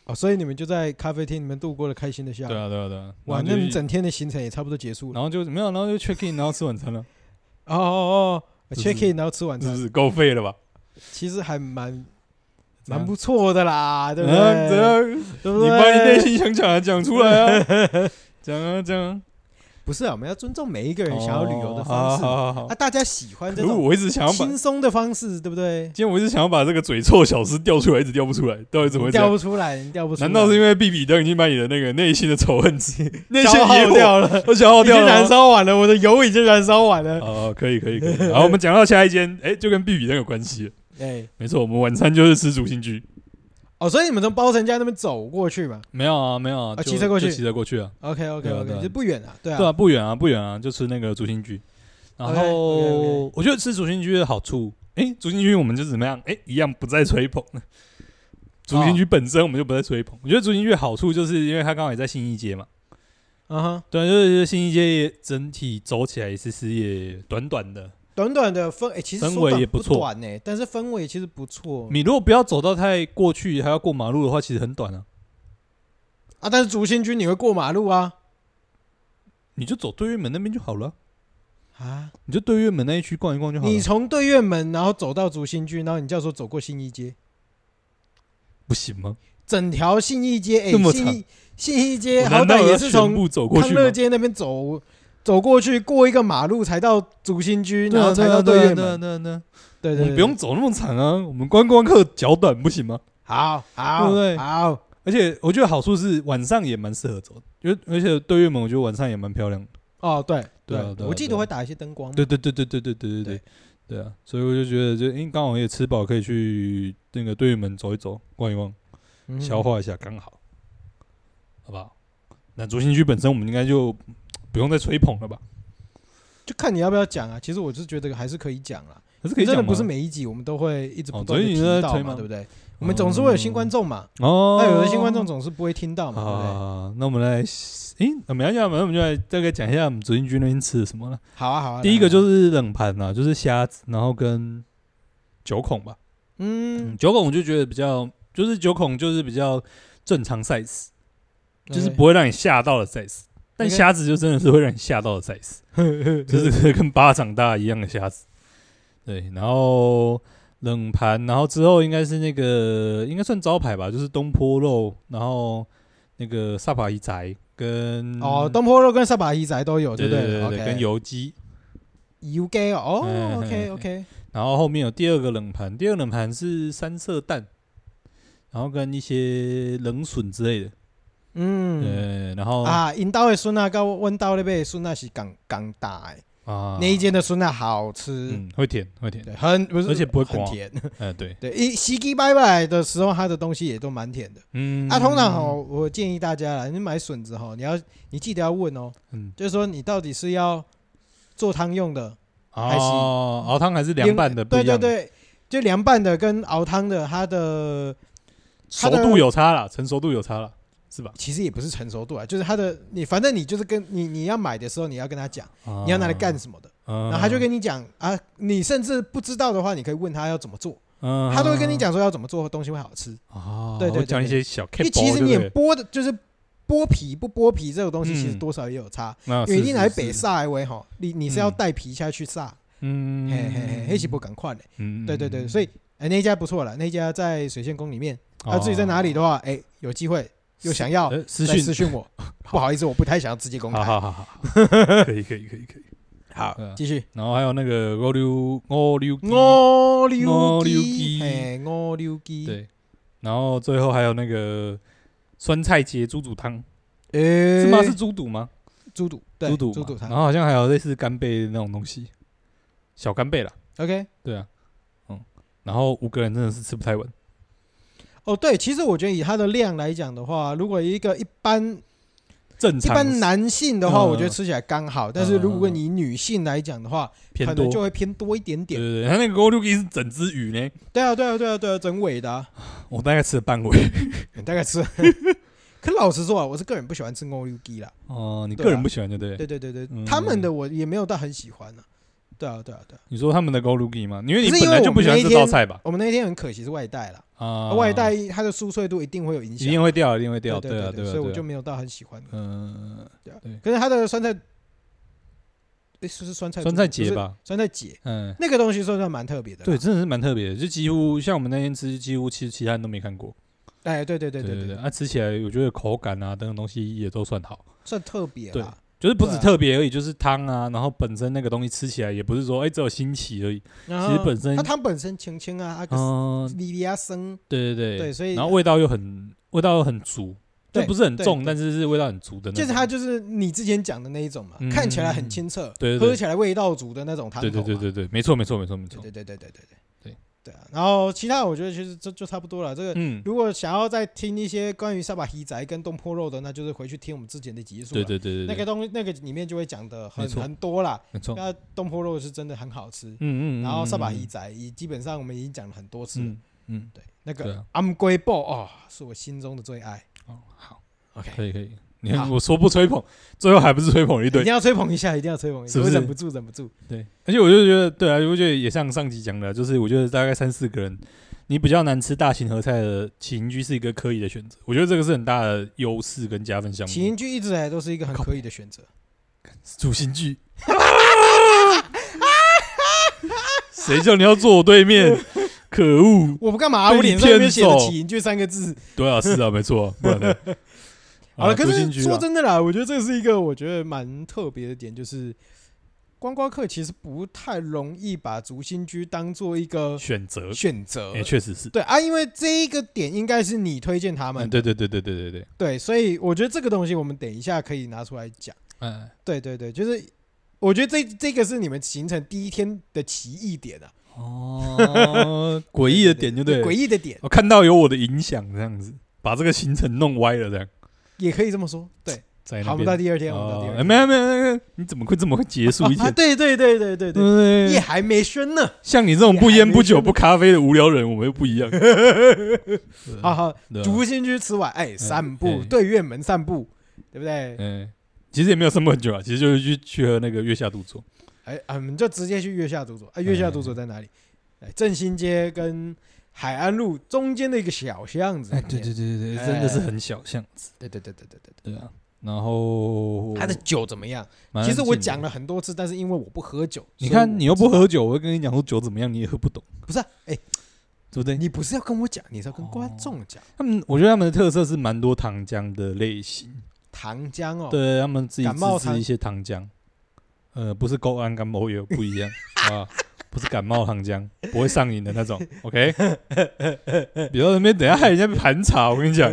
S1: 哦，所以你们就在咖啡厅里面度过了开心的下
S2: 对
S1: 午。
S2: 啊，对啊，对啊。
S1: 哇，
S2: 然后
S1: 那
S2: 就
S1: 你
S2: 去
S1: 整天的行程也差不多结束了。
S2: 然后就没有，然后就 check in，然后吃晚餐了，
S1: 哦哦哦
S2: 是不
S1: ，check
S2: 是
S1: in，然后吃晚
S2: 是不
S1: 餐，
S2: 是够废了吧？
S1: 其实还蛮
S2: 怎样
S1: 蛮不错的啦，对不
S2: 啊怎
S1: 对？
S2: 样？
S1: 对不
S2: 你
S1: 对？
S2: 把你内心想讲的讲出来啊， 讲啊讲啊。
S1: 不是啊，我们要尊重每一个人想要旅游的
S2: 哦
S1: 方式
S2: 好
S1: 嘛。
S2: 好好好
S1: 啊，大家喜欢这
S2: 可是
S1: 种
S2: 我一直想要把
S1: 轻松的方式，对不对？
S2: 今天我一直想要把这个嘴臭小事调出来，一直调不出来，到底怎么会这
S1: 掉
S2: 样？
S1: 不出来，你掉不出来。
S2: 难道是因为比比灯已经把你的那个内心的仇恨值、内心
S1: 消
S2: 野
S1: 耗
S2: 火
S1: 掉了？
S2: 都消耗
S1: 已
S2: 掉
S1: 经
S2: 了
S1: 燃
S2: 吗？
S1: 烧完了，我的油已经燃烧完了。
S2: 哦，可以可以可以。好，我们讲到下一间，哎，就跟比比灯有关系了。
S1: 哎，
S2: 没错，我们晚餐就是吃竹心居。
S1: 哦，所以你们从包成家那边走过去嘛
S2: 没有啊，没有啊，
S1: 啊
S2: 就
S1: 骑车过去
S2: 就骑车过去啊。
S1: ？OK OK
S2: 对啊对
S1: OK，
S2: 啊
S1: 就不远啊，对
S2: 对
S1: 啊
S2: 啊，，不远啊，不远啊，就吃那个竹心居。然
S1: OK，OK，OK
S2: 后我觉得吃竹心居的好处，哎，竹心居我们就怎么样？哎，一样不再吹捧。
S1: 啊
S2: 竹心居本身我们就不再吹捧。我觉得竹心居的好处就是因为它刚好也在信义街嘛。
S1: 嗯哼，
S2: 对，啊就是新一街也整体走起来，其实也短短的。
S1: 短短的氛，哎，其实
S2: 氛
S1: 说
S2: 围
S1: 短
S2: 也
S1: 不
S2: 不错
S1: 短呢，但是氛围其实不错
S2: 你如果不要走到太过去，还要过马路的话，其实很短啊。
S1: 啊。但是竹新军你会过马路啊
S2: 你就走对月门那边就好了，
S1: 啊！
S2: 你就对月门那一区逛一逛就好了。
S1: 你从对院门，然后走到竹新军，然后你叫说走过信义街。
S2: 不行吗？
S1: 整条信义街，哎、
S2: 这么
S1: 信
S2: 长
S1: 义信义街
S2: 我
S1: 好
S2: 难道
S1: 歹
S2: 要
S1: 也是
S2: 全
S1: 从
S2: 部走过
S1: 康
S2: 去
S1: 乐
S2: 吗？
S1: 街那边走走过去，过一个马路才到竹新居，
S2: 对
S1: 然后
S2: 啊，
S1: 才
S2: 对
S1: 到
S2: 啊，对
S1: 对
S2: 啊，
S1: 院
S2: 对啊，
S1: 门。
S2: 对啊，对啊。
S1: 对对，
S2: 你
S1: 对
S2: 不用走那么长啊，我们观光客脚短不行吗？
S1: 好好，
S2: 对不对
S1: 好，
S2: 而且我觉得好处是晚上也蛮适合走的，因为而且对月门我觉得晚上也蛮漂亮的。
S1: 哦，对
S2: 对啊对啊
S1: 我记得
S2: 对啊
S1: 会打一些灯光嘛。
S2: 对对对对对对对对对
S1: 对
S2: 对啊！所以我就觉得，就因为刚好也吃饱，可以去那个对门走一走、逛一逛，
S1: 嗯，
S2: 消化一下，刚好，好不好？那竹新区本身，我们应该就不用再吹捧了吧？
S1: 就看你要不要讲啊。其实我是觉得还是可以讲啦，
S2: 还是可以
S1: 真
S2: 讲
S1: 的
S2: 吗，
S1: 不是每一集我们都会一直不
S2: 哦
S1: 断的
S2: 所以
S1: 提
S2: 你在
S1: 到
S2: 推
S1: 嘛，
S2: 吗
S1: 对不对？我们总是会有新观众嘛，
S2: 哦。
S1: 那有的新观众总是不会听到嘛，对不对？
S2: 啊，那我们来，诶，那没关系啊，反正我们就来大概讲一下我们竹新区那天吃的什么了。
S1: 好啊，好啊。
S2: 第一
S1: 来
S2: 个
S1: 来
S2: 就
S1: 来
S2: 是冷盘啦，就是虾子，然后跟九孔吧。嗯，
S1: 嗯，
S2: 九孔我就觉得比较，就是九孔就是比较正常 size。就是
S1: 对
S2: 不会让你吓到的 size。但
S1: OK
S2: 虾子就真的是会让你吓到 的 size，就是 跟巴掌大一样的虾子。对，然后冷盘，然后之后应该是那个应该算招牌吧，就是东坡肉，然后那个萨巴伊仔跟
S1: 哦，东坡肉跟萨巴伊仔都有，
S2: 对
S1: 不
S2: 嗯对对对
S1: OK
S2: 跟油鸡。
S1: 油鸡哦
S2: 嗯
S1: 哦，OK
S2: 嗯
S1: OK，
S2: 然后后面有第二个冷盘，第二个冷盘是三色蛋，然后跟一些冷笋之类的。
S1: 嗯
S2: 对，然后
S1: 啊，因兜的笋啊，跟阮兜那边的笋啊是共共大的，
S2: 啊
S1: 那一间的笋啊好吃，
S2: 嗯会甜会甜，
S1: 对，很不是，
S2: 而且不会
S1: 很
S2: 刮
S1: 甜，
S2: 呃对，
S1: 对，一洗鸡拜拜的时候，它的东西也都蛮甜的。
S2: 嗯
S1: 啊，通常哈，我建议大家啦，你买笋子哈，你要你记得要问哦，
S2: 嗯，
S1: 就是说你到底是要做汤用的，还是
S2: 哦，熬汤还是凉拌的，不
S1: 对
S2: 一
S1: 对
S2: 样，
S1: 对，就凉拌的跟熬汤的，它的
S2: 熟度有差啦，成熟度有差啦，是吧？
S1: 其实也不
S2: 啊
S1: 是成熟度啊，就是它的你，反正你就是跟你你要买的时候，你要跟他讲你要拿来干什么的，
S2: 嗯
S1: 然后他就跟你讲啊，你甚至不知道的话，你可以问他要怎么做，
S2: 嗯
S1: 他都会跟你讲说要怎么做东西会好吃。
S2: 啊，
S1: 对对对
S2: 我讲一些小 K，
S1: 因为其实你也剥的就是剥皮不剥皮这个东西，其实
S2: 嗯
S1: 多少也有差。
S2: 那
S1: 因为
S2: 是
S1: 一定来
S2: 是
S1: 北
S2: 是
S1: 萨为吼，你你是要
S2: 嗯
S1: 带皮下去萨，
S2: 嗯，
S1: 嘿嘿嘿，黑起不赶快嘞。
S2: 嗯，嗯
S1: 对对对，所以哎、那一家不错了，那一家在水仙宫里面。他、自己在哪里？的话，哎、有机会又想
S2: 哦
S1: 要
S2: 呃私
S1: 再
S2: 讯
S1: 私讯 我，不好意思，我不太想要直接公
S2: 好
S1: 开。
S2: 好好 好，好可以可以可以可以。
S1: 好
S2: 嗯
S1: 继续。
S2: 然后还有那个欧溜欧溜鸡，
S1: 五六
S2: 五六
S1: 鸡，
S2: 鸡
S1: 哎，五六鸡，，
S2: 对，然后最后还有那个酸菜节猪肚汤，
S1: 哎，
S2: 是吗？是猪肚吗？
S1: 猪肚，对
S2: 猪肚嘛，
S1: 猪肚
S2: 然
S1: 汤
S2: 后好像还有类似干贝那种东西，小干贝啦，
S1: ，OK。
S2: 对啊，嗯，然后五个人真的是吃不太完，
S1: 哦，对，其实我觉得以它的量来讲的话，如果一个一般
S2: 正
S1: 一
S2: 常
S1: 般男性的话，
S2: 嗯
S1: 我觉得吃起来刚好；但是如果你女性来讲的话，可
S2: 偏多
S1: 能，就会偏多一点
S2: 对
S1: 点。
S2: 对对，他那个欧溜鸡是整只鱼呢，
S1: 对啊，对啊，对啊，对啊，整尾的啊，
S2: 我大概吃了半 尾。
S1: 你大概吃。 可老实说啊，我是个人不喜欢吃五六鸡啦。
S2: 哦，你
S1: 对
S2: 个
S1: 啊
S2: 人不喜欢就对了，
S1: 对对对对，
S2: 嗯
S1: 他们的我也没有到很喜欢呢、对啊，对啊，对啊。
S2: 你说他们的欧溜鸡吗？因为你
S1: 可是因
S2: 本
S1: 为
S2: 来就
S1: 我
S2: 不
S1: 们
S2: 喜欢
S1: 那一
S2: 这道
S1: 天
S2: 菜吧？
S1: 我们那一天很可惜是外带啦，
S2: 啊，
S1: 外带它的酥脆度一定会有影
S2: 一
S1: 响，
S2: 定会掉，一定会
S1: 对
S2: 掉，
S1: 对
S2: 啊，
S1: 对，
S2: 啊，
S1: 所以我
S2: 对啊
S1: 就没有到很喜欢。
S2: 嗯，
S1: 可是它的酸菜，诶，是是酸菜
S2: 酸菜
S1: 猪
S2: 节，
S1: 不，
S2: 吧
S1: 是啊酸菜节
S2: 嗯，
S1: 那个东西算算蛮特别的。
S2: 对，，真的是蛮特别的，就几乎像我们那天吃，几乎其实其他人都没看过。
S1: 哎，对对对
S2: 对
S1: 对
S2: 对，，啊，吃起来我觉得口感啊等等东西也都算好，
S1: 算特别啦。
S2: 就是不
S1: 对
S2: 止
S1: 啊
S2: 特别而已，就是汤啊，然后本身那个东西吃起来也不是说哎只有新奇而已，
S1: 然
S2: 其实
S1: 后
S2: 本身
S1: 它汤本身清清啊，阿个
S2: 嗯，
S1: 利利亚啊生，
S2: 对
S1: 对，
S2: 对对，
S1: 所以
S2: 然后味道又很味道又很足，就
S1: 对
S2: 不是很
S1: 对
S2: 重，
S1: 对
S2: 但是是味道很足的那种，
S1: 就是它就是你之前讲的那一种嘛，
S2: 嗯
S1: 看起来很清澈，
S2: 对对对
S1: 喝起来味道足的那种汤头
S2: 对
S1: 嘛。
S2: 对对对对，没错没错没错没错，
S1: 对对对对对对
S2: 对
S1: 对啊！然后其他我觉得其实这就差不多了。这个
S2: 嗯，
S1: 如果想要再听一些关于沙巴黑宅跟东坡肉的，那就是回去听我们之前的集数
S2: 对
S1: 了。
S2: 对对
S1: 那
S2: 对
S1: 个
S2: 对，
S1: 东那个里面就会讲的很
S2: 没错
S1: 很多啦。
S2: 没错，
S1: 那东坡肉是真的很好吃，
S2: 嗯嗯，
S1: 然后沙巴
S2: 嗯
S1: 黑宅也基本上我们已经讲了很多次了。
S2: 嗯嗯，
S1: 对，那
S2: 对
S1: 个
S2: 啊
S1: 安龟煲哦，是我心中的最爱。
S2: 哦好，
S1: OK，
S2: 可以可以，你看
S1: 好
S2: 我说不吹捧，最后还不是吹捧一
S1: 一
S2: 堆
S1: 定。要吹捧一下，一定要吹捧一下，
S2: 是不
S1: 我
S2: 是
S1: 忍不住，忍不住。
S2: 对，而且我就觉得，对啊，我觉得也像上集讲的，啊就是我觉得大概三四个人，你比较难吃大型合菜的起因居是一个可以的选择，我觉得这个是很大的优势跟加分项
S1: 起因
S2: 目。
S1: 剧一直以来都是一个很可以的选择。
S2: 主刑具，谁叫你要坐我对面？可恶！
S1: 我不干嘛？啊
S2: 被
S1: 我
S2: 你
S1: 脸上面
S2: 骗
S1: 写的
S2: 走
S1: 起因剧三个字。
S2: 对啊，是啊，没错啊，不然呢？
S1: 好了，可
S2: 主刑
S1: 是
S2: 具
S1: 说
S2: 啊
S1: 真的啦，我觉得这是一个我觉得蛮特别的点，就是观光客其实不太容易把竹新居当做一个
S2: 选择，
S1: 选择
S2: 哎，。确实是。
S1: 对啊，因为这一个点应该是你推荐他
S2: 嗯，
S1: 们，
S2: 对对对对对对对，
S1: 对，所以我觉得这个东西我们等一下可以拿出来讲。
S2: 哎，
S1: 对对对，就是我觉得这这个是你们行程第一天的奇异点啊，
S2: 哎哦， 诡异的点就对了
S1: 诡。异的点
S2: 我哦看到有我的影响，这样子把这个行程弄歪了，这样
S1: 也可以这么说。对，
S2: 在
S1: 好，
S2: 那
S1: 我们到
S2: 边。
S1: 第二天，我们到第
S2: 哦
S1: 二
S2: 哎
S1: 天，
S2: 没有没有没有，你怎么会这么会结束一
S1: 啊，
S2: 天？嗯
S1: 对对对对对对，
S2: 对不
S1: 夜
S2: 对，
S1: 还没深呢。
S2: 像你这种不烟不酒不咖啡的无聊人，我们又不一 样。对
S1: 好，好，
S2: 对啊
S1: 竹新居吃完，哎，散步
S2: 哎
S1: 对院门散步，对不对？
S2: 嗯，其实也没有什么很久啊，其实就是去去喝那个月下独坐。
S1: 哎，啊我们就直接去月下独所。
S2: 嗯
S1: 哎，月下独所在哪里？哎，振兴街跟海岸路中间的一个小巷子里
S2: 哎，
S1: 面。
S2: 对对对对对，
S1: 哎
S2: 真的是很小巷子，
S1: 对对对对对对对
S2: 对啊。然后
S1: 他的酒怎么样？
S2: 蛮
S1: 其实我
S2: 安静的
S1: 讲了，很多次，但是因为我不喝酒，所
S2: 你
S1: 以我
S2: 看你又
S1: 不
S2: 不
S1: 知道
S2: 喝，酒，我会跟你讲说酒怎么样，你也喝不懂，
S1: 不是啊？哎，
S2: 对不对？
S1: 你不是要跟我讲，你是要跟
S2: 哦
S1: 观众讲
S2: 他们我觉得他们的特色是蛮多糖浆的类型。
S1: 糖浆哦。
S2: 对他们自己
S1: 感冒
S2: 自
S1: 糖
S2: 制一些糖浆，呃，不是高安感冒药不一 样啊，不是感冒糖浆，不会上瘾的那种。OK，比如那边等一下害人家被盘查，我跟 你讲，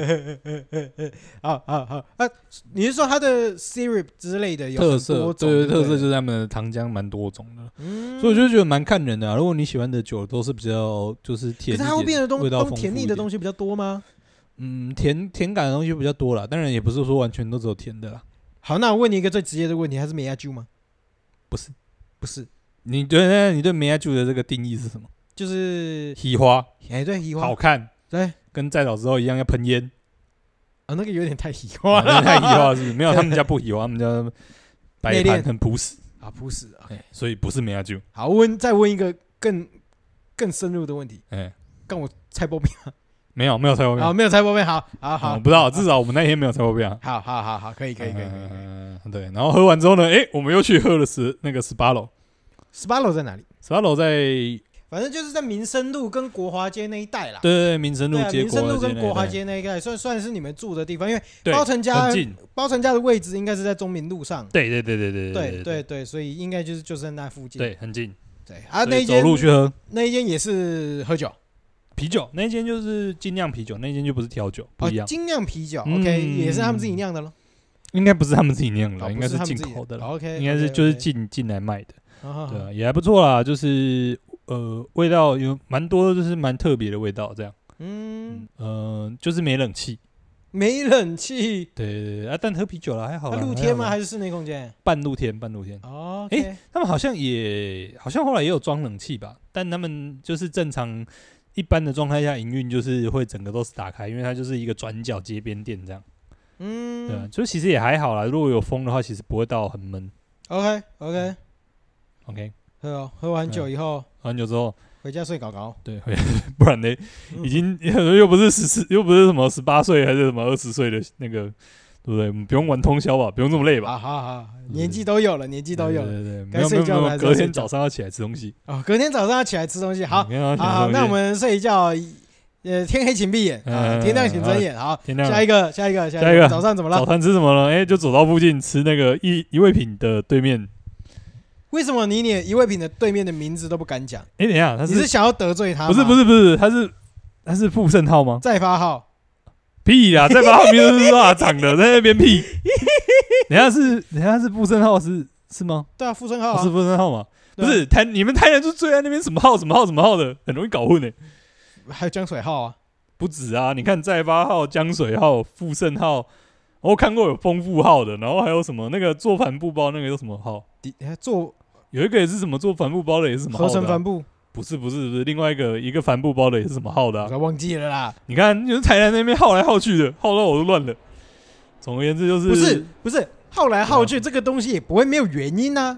S1: 啊啊啊啊！你是说它的 syrup 之类的有
S2: 特
S1: 很
S2: 色
S1: 多种
S2: 对特色就
S1: 对
S2: 是他们的糖浆蛮多种的，
S1: 嗯
S2: 所以我就觉得蛮看人的、啊。如果你喜欢的酒都是比较就是
S1: 可
S2: 甜一
S1: 是
S2: 点，
S1: 它会变得东
S2: 味道
S1: 东甜腻的东
S2: 西，
S1: 西比较多吗？
S2: 嗯，甜甜感的东西比较多啦，当然也不是说完全都只有甜的啦。
S1: 好，那我问你一个最直接的问题，它是美亚酒吗？
S2: 不是，
S1: 不是，
S2: 你对你对梅亚酒的这个定义是什么？
S1: 就是
S2: 喜花
S1: 哎，对，移花
S2: 好看，
S1: 对啊，
S2: 跟再早之后一样要喷烟。
S1: 那个有点太移花
S2: 哇，那
S1: 了，
S2: 太移花了是不是？没有，他们家不移花，他们家摆
S1: 内
S2: 盘
S1: 敛
S2: 很朴实。
S1: 啊，不是啊。
S2: 哎所以不是梅亚酒，
S1: 好，问再问一个更更深入的问题，
S2: 哎，
S1: 跟我猜波比
S2: 没有没有猜包
S1: 好，
S2: 边，
S1: 没有猜波比，好好好
S2: 我，不知道，至少我们那天没有猜包边啊。
S1: 好好好好，可以可以可以可以。
S2: 嗯对，然后喝完之后呢，哎，我们又去喝了十那个十八楼，
S1: 十八楼在哪里？
S2: 十八楼在对
S1: 反正就是在民生路跟国华街那一带啦。
S2: 对对民生路
S1: 对啊，
S2: 接
S1: 民生路
S2: 街
S1: 跟
S2: 那
S1: 国华
S2: 一带
S1: 街那一带算算是你们住的地方，因为
S2: 对
S1: 包成家
S2: 很近，
S1: 包成家的位置应该是在中民路上。
S2: 对对对对对
S1: 对对
S2: 对
S1: 对，所以应该就是就是在那附近。
S2: 对很近，
S1: 对啊，
S2: 所以
S1: 那一
S2: 走
S1: 间
S2: 路去喝
S1: 那一间也是喝酒，
S2: 啤酒，那间就是精酿啤酒，那间就不是调酒，不
S1: 哦
S2: 一，样，
S1: 精酿啤酒
S2: 嗯
S1: ，OK，也是他们自己酿的咯。
S2: 应该不是他们自己酿
S1: 哦
S2: 嗯的，应
S1: 不
S2: 该
S1: 是他们
S2: 进
S1: 自己
S2: 口的啦，
S1: ，OK，
S2: 应该是就是进进来卖的。对
S1: 对
S2: 啊，也还不错啦，就是呃，味道有蛮多，就是蛮特别的味道，这样，
S1: 嗯
S2: 嗯，，呃，就是没冷气，
S1: 没冷气，
S2: 对对对啊，但喝啤酒了还好
S1: 它
S2: 啦，
S1: 露天吗？
S2: 还好啦
S1: 还是室内空间？
S2: 半露天，半露天。
S1: 哦，
S2: 诶
S1: 哎，
S2: 他们好像也好像后来也有装冷气吧，但他们就是正常一般的状态下营运，就是会整个都是打开，因为它就是一个转角街边店这样，对啊
S1: 嗯，
S2: 就其实也还好啦，如果有风的话，其实不会到很闷。
S1: ，OK OK，
S2: OK，
S1: 喝哦，喝完酒以后
S2: 喝完酒之后，
S1: 回家睡搞搞，
S2: 对， 不然呢，
S1: 嗯
S2: 已经 又不是十四，又不是什么十八岁还是什么二十岁的那个，对不对？我们不用玩通宵吧，不用这么累吧？
S1: 啊好好好，年纪都有了，年纪都有
S2: 对
S1: 了。
S2: 对对，没
S1: 该
S2: 有没
S1: 睡
S2: 有
S1: 觉
S2: 没
S1: 了还
S2: 有，
S1: 是
S2: 隔
S1: 要睡
S2: 天
S1: 觉
S2: 早上要起来吃东西。
S1: 哦，隔天早上要起来吃东西，好
S2: 隔，天早上起来
S1: 好，好
S2: 吃东西
S1: 那我们睡一觉，呃，天黑请闭眼，啊，
S2: 嗯
S1: 天亮请睁眼，好，
S2: 天亮
S1: 下一个，嗯下一个，
S2: 下
S1: 一
S2: 一
S1: 个，
S2: 个
S1: 早上怎么
S2: 早
S1: 了？
S2: 餐吃什么了？哎，就走到附近吃那个一一味品的对面。
S1: 为什么你连一味品的对面的名字都不敢讲？
S2: 哎，等一下，他
S1: 你是想要得罪他？
S2: 不是不，是不是，他是他是傅盛浩吗？
S1: 再发号，
S2: 屁 啦，在八号名字啊长的，在那边屁。人家是人家是傅盛浩是是吗？
S1: 对啊，傅生浩
S2: 哦是
S1: 啊，
S2: 傅盛浩吗？
S1: 对
S2: 不
S1: 啊
S2: 是台，你们台南就最爱那边什么号什么号什么号的，很容易搞混诶、
S1: 还有江水浩啊，
S2: 不止啊，你看再发号、江水号、富盛号，哦我看过有丰富号的，然后还有什么那个做帆布包那个叫什么号？
S1: 底做
S2: 有一个也是什么做帆布包的，也是什么
S1: 合
S2: 号的
S1: 成
S2: 啊、
S1: 帆布，
S2: 不是不是不是，另外一个一个帆布包的也是什么号的、
S1: 我
S2: 啊？
S1: 都忘记了啦。
S2: 你看，就是台南那边号来号去的，号到我都乱了。总而言之就是
S1: 不是啊不是，号来号去这个东西也不会没有原因呐、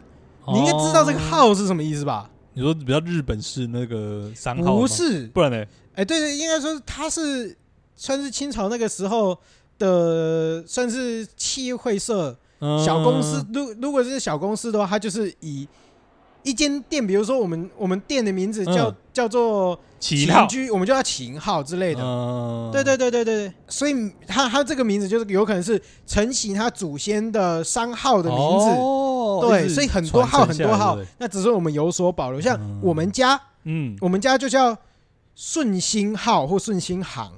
S1: 你应该知道这个
S2: 哦。
S1: 号是什么意思吧？
S2: 你说比较日本式那个商号吗
S1: 不，是，
S2: 不然呢？
S1: 哎，对对，应该说它是算是清朝那个时候的，算是企业会社、
S2: 嗯
S1: 小公司。如如果是小公司的话，它就是以一间店，比如说我们我们店的名字叫、
S2: 嗯
S1: 叫做
S2: 起号
S1: 居，我们就叫秦号之类的。
S2: 嗯
S1: 对对对对对对，所以他他这个名字就是有可能是承袭他祖先的商号的名字，
S2: 哦、
S1: 对，
S2: 一直
S1: 所以很多号
S2: 传
S1: 很
S2: 承下
S1: 多
S2: 来
S1: 号
S2: 对不对，
S1: 那只是我们有所保留。像
S2: 嗯
S1: 我们家，
S2: 嗯，
S1: 我们家就叫顺兴号或顺兴行，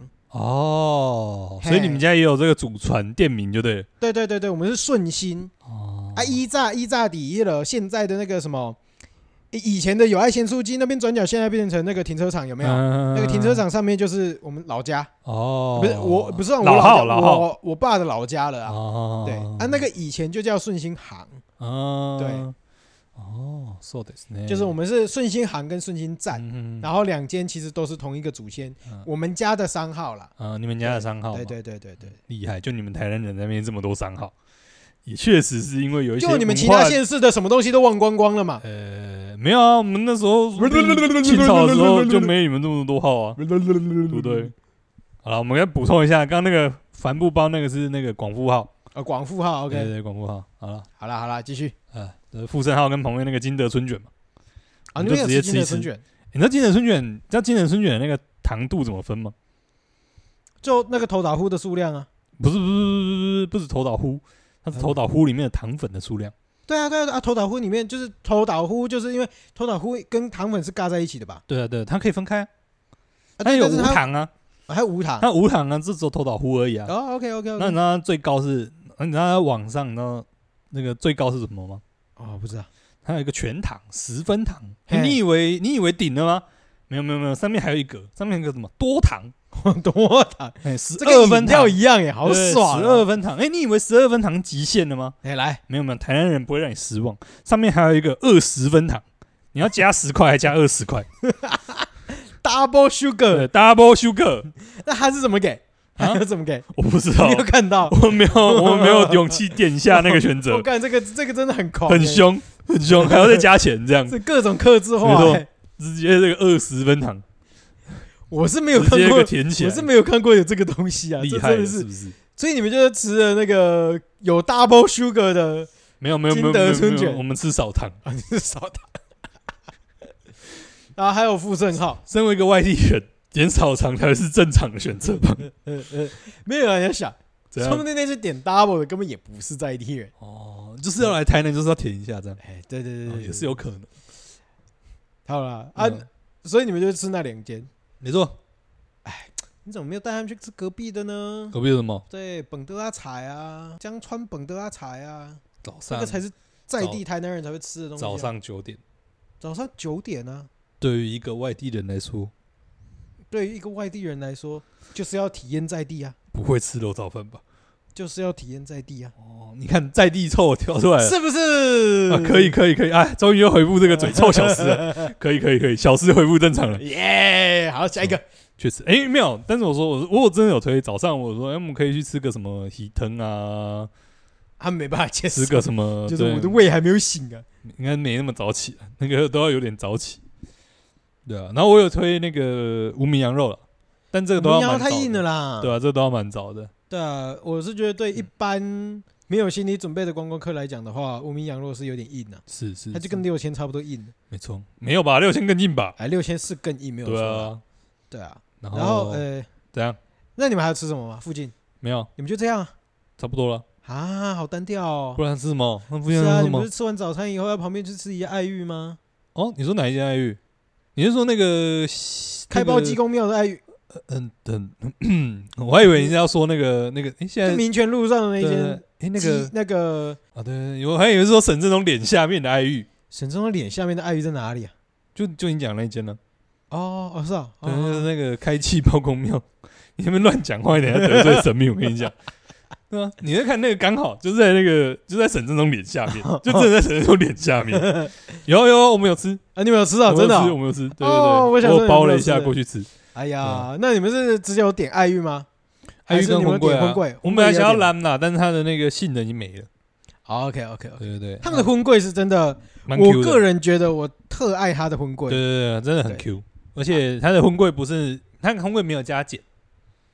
S2: 哦，
S1: 嘿
S2: 所以你们家也有这个祖传店名就对了。
S1: 对对对对，我们是顺兴
S2: 哦
S1: 啊，依炸依炸底了现在的那个什么，以以前的友爱鲜蔬鸡那边转角，现在变成那个停车场有没有？
S2: 嗯
S1: 那个停车场上面就是我们老家，
S2: 哦，
S1: 不是我，不是我
S2: 老号
S1: 家
S2: 老号
S1: 我我爸的老家了啊。
S2: 哦，
S1: 对啊，那个以前就叫顺兴行，
S2: 啊，
S1: 对，
S2: 哦，そうですね，
S1: 就是我们是顺兴行跟顺兴站，
S2: 嗯，
S1: 然后两间其实都是同一个祖先，
S2: 嗯
S1: 我们家的商号啦。
S2: 啊，你们家的商号嘛，
S1: 对对对对对，
S2: 厉害，就你们台南人那边这么多商号，也确实是因为有一些
S1: 就你们其
S2: 文
S1: 他
S2: 化，
S1: 县市的什么东西都忘光光了嘛。
S2: 呃，没有啊，我们那 时候清朝的时候就没你们这么多号啊，
S1: 对
S2: 对不对？？好了，我们该补充一下，刚刚那个帆布包那个是那个广富号
S1: 啊，广富号
S2: 对
S1: ，OK，
S2: 对，广富号，好了。
S1: 好啦好啦，继续
S2: 呃，就是富盛号跟旁边那个金德春卷嘛。
S1: 啊，
S2: 你
S1: 那
S2: 就
S1: 边有
S2: 直接
S1: 金
S2: 吃一
S1: 的
S2: 吃
S1: 春卷，
S2: 你知道金德春卷，你知道金德春卷的那个糖度怎么分吗？
S1: 就那个头打呼的数量啊。
S2: 不是，不是，不是，不是，不是头岛糊，它是头岛糊里面的糖粉的数量。
S1: 对啊对啊对啊，头打呼里面就是头打呼，就是因为头打呼跟糖粉是尬在一起的吧？
S2: 对啊，对啊，它可以分开啊，
S1: 啊
S2: 它
S1: 对
S2: 有
S1: 但
S2: 无
S1: 是它
S2: 糖啊，
S1: 啊还有无糖。
S2: 它无糖啊，这只有头岛糊而已啊。
S1: 哦，OK OK OK，
S2: 那你知道它最高是？那你知道它网上你知道那个最高是什么吗？
S1: 哦，不知道，
S2: 它有一个全糖十分糖，
S1: 嘿
S2: 你以为你以为顶了吗？没有没有没有，上面还有一格，上面有一个什么多糖，
S1: 多糖，
S2: 哎，十
S1: 这
S2: 二
S1: 跟
S2: 分
S1: 饮料
S2: 糖，
S1: 一样耶，好爽
S2: 十
S1: 哦。
S2: 二分糖，哎，你以为十二分糖极限了吗？
S1: 哎，来，
S2: 没有没有，台南人不会让你失望。上面还有一个二十分糖，你要加十块还加二十块，
S1: Double Sugar，
S2: 对，double sugar
S1: 那他是怎么给？
S2: 啊
S1: 他是怎么 给？
S2: 我不知道
S1: 你，有看到？
S2: 我没有，我没有勇气点下那个选
S1: 我
S2: 择，
S1: 看这个这个真的很狂，欸
S2: 很。凶，很凶，还要再加钱这样，
S1: 是各种克制化、
S2: 没错
S1: 欸
S2: 直接这个二十分糖，
S1: 我是没有
S2: 直
S1: 看
S2: 接一
S1: 过
S2: 个，填起
S1: 我
S2: 来，
S1: 是没有看过有这个东西啊，
S2: 厉
S1: 这
S2: 害
S1: 真
S2: 了
S1: 的
S2: 是
S1: 是。
S2: 不是？
S1: 所以你们就是吃了那个有 double sugar 的，
S2: 没有没有没有
S1: 金德
S2: 没有
S1: 春
S2: 没有，
S1: 卷
S2: 我们吃少糖。
S1: 啊，你是少打。 然后还有傅盛浩，
S2: 身为一个外地人， 点少糖才是正常的选择 吧？
S1: 呃呃，没有人在想，
S2: 怎
S1: 说不
S2: 样？
S1: 定那些点 double 的根本也不是在地人。
S2: 哦，就是要来台南，就是要舔一下这样，
S1: 哎，对对对
S2: 哦
S1: 对，
S2: 也是有可能。
S1: 好了啊，
S2: 嗯
S1: 所以你们就吃那两间。
S2: 没错，
S1: 你怎么没有带他们去吃隔壁的呢？
S2: 隔壁有什么？
S1: 对，本德拉彩啊，江川本德拉彩啊，
S2: 早
S1: 这
S2: 上
S1: 个才是在地台南人才会吃的东西啊、
S2: 早上九点，
S1: 早上九点啊，
S2: 对于一个外地人来说，
S1: 对于一个外地人来说，就是要体验在地啊，
S2: 不会吃肉燥饭吧？
S1: 就是要体验在地啊，
S2: 哦，你看在地臭我挑出来了。
S1: 是不是？
S2: 哎 啊，可以，可以可以，哎，终于又回复这个嘴臭小吃了，
S1: 了，
S2: 可以可以可以，小吃回复正常了，
S1: 耶！好，下一个，
S2: 确实，哎、没有，但是我说我我真的有推，早上我说，哎、我们可以去吃个什么喜腾啊，
S1: 他们没办法接受
S2: 吃，个什么，
S1: 就是我的
S2: 对
S1: 胃还没有醒啊。
S2: 应该没那么早起，那个都要有点早起，对啊，然后我有推那个无名羊肉了，但这个都要
S1: 民谣
S2: 蛮早
S1: 太
S2: 的
S1: 硬了啦，
S2: 对啊，这个都要蛮早的，
S1: 对啊，我是觉得对一般没有心理准备的观光客来讲的话，无名羊肉是有点硬啊，
S2: 是是，
S1: 它就是跟六千差不多硬，
S2: 没错，没有吧，六千更近吧，
S1: 哎，六千是更硬，没有
S2: 对
S1: 错啊，
S2: 啊，
S1: 对啊。
S2: 然后
S1: 然后呃，
S2: 怎样？
S1: 那你们还要吃什么吗？附近
S2: 没有，
S1: 你们就这样啊
S2: 差不多了，
S1: 啊，好单调哦
S2: 不。然是什么？那不
S1: 是
S2: 然
S1: 啊，你
S2: 是什
S1: 们
S2: 么
S1: 不是？吃完早餐以后要旁边去吃一下爱玉吗？
S2: 哦，你说哪一间爱玉？你是说那个西
S1: 开包鸡？公庙的爱玉，
S2: 嗯嗯，嗯 我还以为你是要说那个那个，哎、现
S1: 就
S2: 在
S1: 民权路上的那
S2: 对对
S1: 间
S2: 哎、那
S1: 鸡
S2: 个
S1: 那个
S2: 啊，对对，对我还以为是说沈振东脸下面的爱玉，
S1: 沈中的脸下面的爱玉在哪里啊？
S2: 就就你讲那一间呢、
S1: 哦哦是啊，
S2: 对，就是
S1: 哦
S2: 那个开气包公庙，你那边乱讲话，你等下得罪神明，我跟你讲。对啊，你在看那个刚好就在那个就在沈振东脸下面，就真的在沈振东脸 下面。有有，我们有吃，
S1: 啊你们有吃
S2: 我
S1: 啊？
S2: 们有
S1: 真的
S2: 吃，我
S1: 哦？
S2: 们有吃，对对对，
S1: 哦我想说
S2: 有包了
S1: 有
S2: 一下
S1: 吃
S2: 过去吃。
S1: 哎呀，那你们是直接有点爱玉吗？
S2: 还
S1: 还
S2: 有一
S1: 是
S2: 根
S1: 你们
S2: 红贵
S1: 点
S2: 啊
S1: 荤桂，
S2: 我们本来想要
S1: 荤桂有点
S2: 蓝啦，但是它的那个性能已经没了。
S1: ？OK OK OK，
S2: 对对对，
S1: 他们的荤桂是真的，
S2: 蛮 Q
S1: 我个
S2: 的，
S1: 人觉得我特爱它的荤
S2: 对
S1: 桂。
S2: 对对，啊真的很
S1: 对
S2: Q，而且它的婚柜不是，它的婚柜没有加碱，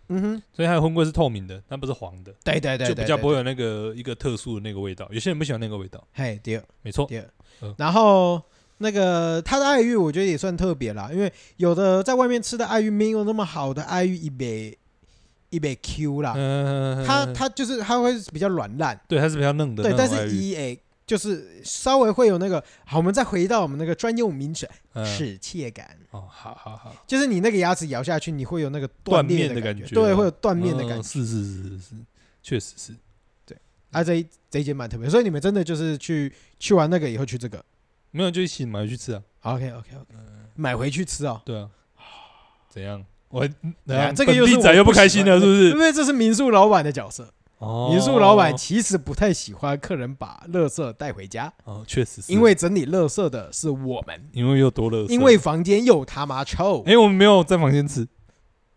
S1: 嗯哼，
S2: 所以它的婚柜是透明的，它不是黄的，
S1: 对对对，
S2: 就
S1: 对
S2: 比较不。会
S1: 对
S2: 有那个一个特殊的那个味道。有些人不喜欢那个味道，
S1: 嘿，对。
S2: 没错，
S1: 对
S2: 嗯
S1: 然后那个它的爱玉，我觉得也算特别啦，因为有的在外面吃的爱玉没有那么好的爱玉一百一百 Q 啦，
S2: 嗯，
S1: 啊它它就是它会比较软烂，
S2: 对它是比较嫩的那
S1: 对，
S2: 种
S1: 但
S2: 爱
S1: 是
S2: 玉，
S1: 一诶就是稍微会有那个好，我们再回到我们那个专用名词
S2: 嗯
S1: 齿切感，
S2: 哦，好好好，
S1: 就是你那个牙齿咬下去，你会有那个
S2: 断
S1: 裂
S2: 面的
S1: 感
S2: 感觉
S1: 对，会有断面的
S2: 嗯
S1: 感觉。
S2: 是是是是是，确实是。
S1: 啊，这一这一间蛮特别，所以你们真的就是去去完那个以后去这个
S2: 没有就一起买去吃啊，
S1: ，OK OK OK，买
S2: 嗯
S1: 回去吃哦。
S2: 对啊，怎样？我还
S1: 对啊这个又
S2: 嗯本
S1: 是
S2: 地仔
S1: 我
S2: 又不
S1: 喜
S2: 开心
S1: 欢
S2: 了，是
S1: 的
S2: 不是
S1: 因？为这是民宿老板的角色，
S2: 哦
S1: 民宿老板其实不太喜欢客人把垃圾带回家，
S2: 哦，确实是，
S1: 因为整理垃圾的是我们，
S2: 因为又多了，
S1: 因为房间又他妈臭。
S2: 哎、我们没有在房间吃，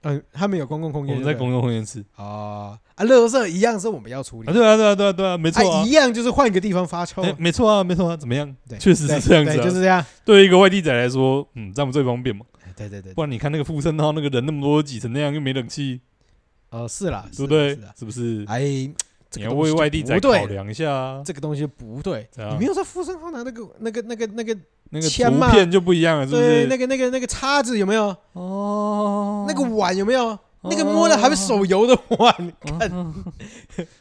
S1: 嗯，他们有公共空
S2: 我
S1: 间，
S2: 们在
S1: 对不对
S2: 公共空间吃
S1: 啊啊，垃圾一样是我们要处
S2: 啊，
S1: 理，
S2: 对啊，对啊，对啊，对啊，没
S1: 啊
S2: 错啊
S1: 一，样就是换个地方发臭
S2: 哎、。没错啊，没错啊，怎么样？
S1: 对，
S2: 确实是
S1: 对
S2: 这样子、啊，
S1: 对，就是这样。
S2: 对于一个外地仔来说，嗯，这样最方便嘛。
S1: 哎对对对，
S2: 不然你看那个富盛号，那个人那么多，挤成那样，又没冷气，
S1: 哦，是啦，
S2: 对不
S1: 是
S2: 对？
S1: 啦是啦
S2: 是不是？
S1: 哎，这个
S2: 你要
S1: 东西
S2: 为
S1: 就
S2: 外地仔
S1: 不对
S2: 考啊
S1: 了，
S2: 量一下啊，
S1: 这个东西就不对。
S2: 怎样
S1: 你没有说富生号拿那个那个那个那个，
S2: 那个
S1: 签嘛
S2: 图片就不一样了，是不
S1: 对，
S2: 是？
S1: 那个那个那个叉子有没有？
S2: 哦，
S1: 那个碗有没有？那个摸了还会手游的碗，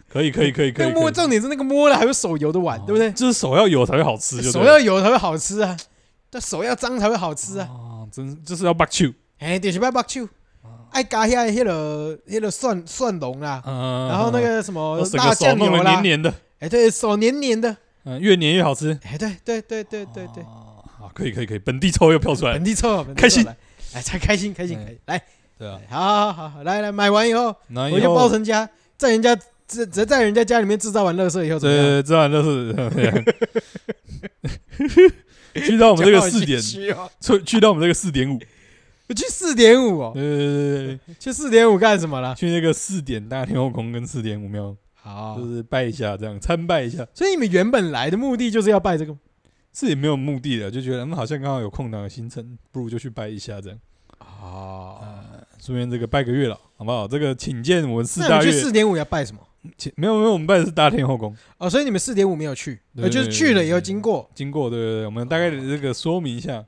S2: 可以，可以，可以，可
S1: 那
S2: 以，
S1: 个
S2: 可以哦
S1: 摸重点是那个摸了还会手游的碗，对不对？
S2: 就是手要有才会好吃，就对
S1: 手要油才会好吃啊，但手要脏才会好吃
S2: 了
S1: 啊。
S2: 哦，真就是要 back you，
S1: 哎，就是要把手，
S2: 哦
S1: 爱加遐迄落迄落蒜蒜蓉啦，
S2: 嗯，
S1: 然后那
S2: 嗯
S1: 个什
S2: 嗯
S1: 么
S2: 我整
S1: 辣
S2: 个手
S1: 酱
S2: 弄
S1: 油
S2: 得
S1: 啦
S2: 黏，黏的，
S1: 哎，对手黏黏的，
S2: 嗯，越黏越好吃。
S1: 哎，对对对对对对，
S2: 哦，好，可以可以可以，本地臭又飘出来
S1: 本
S2: 了。
S1: 地臭，本地臭
S2: 开心
S1: 来，哎，才开心开心
S2: 哎
S1: 开心，来，
S2: 对啊，
S1: 好好好好，来来，买完以后
S2: 然后
S1: 回
S2: 以
S1: 去抱
S2: 后
S1: 成家，在人家在在在人家家里面制造完垃圾以后怎么样？
S2: 这这完就是 这样去到我们这个四点，
S1: 去哦，
S2: 去去到我们这个四点五，
S1: 去四点五哦
S2: 对，对对对对，
S1: 去四点五干什么了？
S2: 去那个四点大天后宫跟四点五庙，
S1: 好
S2: 就，是拜一下这样参拜一下。
S1: 所以你们原本来的目的就是要拜这个吗
S2: 是也没有目的的，就觉得嗯好像刚好有空档的行程，不如就去拜一下这样。
S1: 啊，
S2: 顺便这个拜个月老，好不好？这个请见我们四
S1: 那
S2: 大
S1: 你去
S2: 月，
S1: 四点五要拜什么？
S2: 请没有没有，我们拜的是大天后宫。
S1: 哦，所以你们四点五没有去，
S2: 对
S1: 呃，就是去了也有经过。
S2: 经过，对对对，我们大概
S1: 哦
S2: 这个说明一下，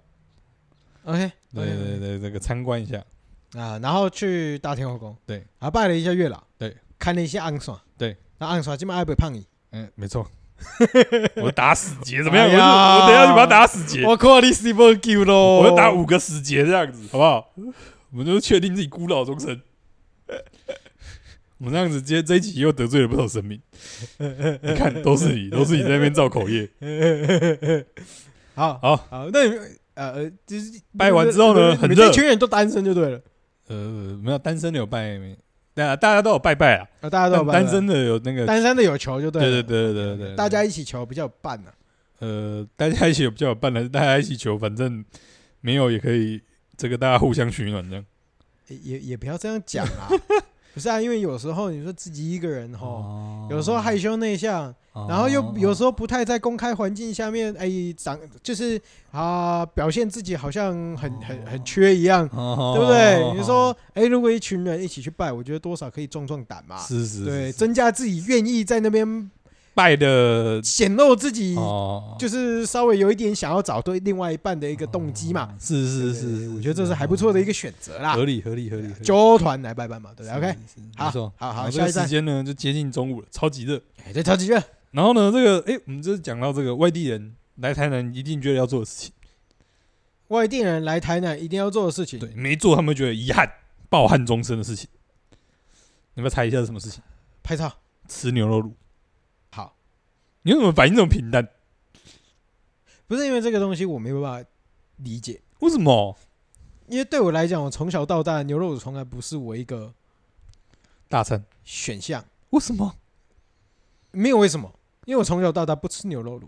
S1: OK，
S2: 对
S1: 哎
S2: 对对，这个参观一下，
S1: 啊，然后去大天后宫，
S2: 对，
S1: 然啊后拜了一下月老，
S2: 对，
S1: 看了一下暗爽，
S2: 对，
S1: 那暗爽基本爱不胖你，
S2: 嗯，没错， 我打死结怎么样？
S1: 哎
S2: 我就
S1: 呀
S2: 我等一下就把它打死结，
S1: 我靠，你是不救喽
S2: 我就打，五个死结这样子，好不 好？我们就是确定自己孤老终 生。我们这样子，今天这一集又得罪了不少神 明。你看，都是你，都是你在那边造口业。
S1: 好
S2: 好
S1: 好，那你们呃呃，就是
S2: 拜完之后呢
S1: 你们
S2: 很热
S1: 这群人都单身就对了，
S2: 呃，没有单身的有拜，大家大家都有拜拜啊。
S1: 啊，大家都有拜
S2: 单身的有那个，
S1: 单身的有求就对
S2: 对对
S1: 了，
S2: 对对对对，
S1: 大家一起求比较有伴啊呢。
S2: 呃，大家一起有比较有伴的，大家一起求，反正没有也可以，这个大家互相取暖这样。
S1: 也也也不要这样讲 啊，不是啊，因为有时候你说自己一个人吼，
S2: 哦
S1: 有时候害羞内向，然后又有时候不太在公开环境下面，哎，长就是啊，表现自己好像很
S2: 哦
S1: 很很缺一样，
S2: 候
S1: 对不对？你说，哎，如果一群人一起去拜，我觉得多少可以壮壮胆嘛，
S2: 是是，
S1: 对，
S2: 是
S1: 增加自己愿意在那边
S2: 拜的
S1: 显露自己，
S2: 哦，
S1: 就是稍微有一点想要找对另外一半的一个动机嘛。
S2: 是哦是
S1: 对
S2: 是，
S1: 我觉得这是还不错啊的一
S2: 个
S1: 个选择啦
S2: 合。理合理合理。合理
S1: 纠团来拜拜嘛，对不对？OK，
S2: 是是是
S1: 好
S2: 没错
S1: 好好
S2: 然后
S1: 下
S2: 这个
S1: 一站
S2: 时间呢就接近中午了，超级热。
S1: 哎，这超级热，
S2: 然后呢，这个哎，我们就是讲到这个外地人来台南一定觉得要做的事情，
S1: 外地人来台南一定要做的事情。
S2: 对，没做他们觉得遗憾、抱憾终身的事情。你们猜一下是什么事情？
S1: 拍照。
S2: 吃牛肉卤。
S1: 好，
S2: 你为什么反应这么平淡？
S1: 不是因为这个东西我没有办法理解，
S2: 为什么
S1: 因为对我来讲，我从小到大牛肉从来不是我一个
S2: 大餐？
S1: 选项，
S2: 为什么？
S1: 没有为什么，因为我从小到大不吃牛肉卤，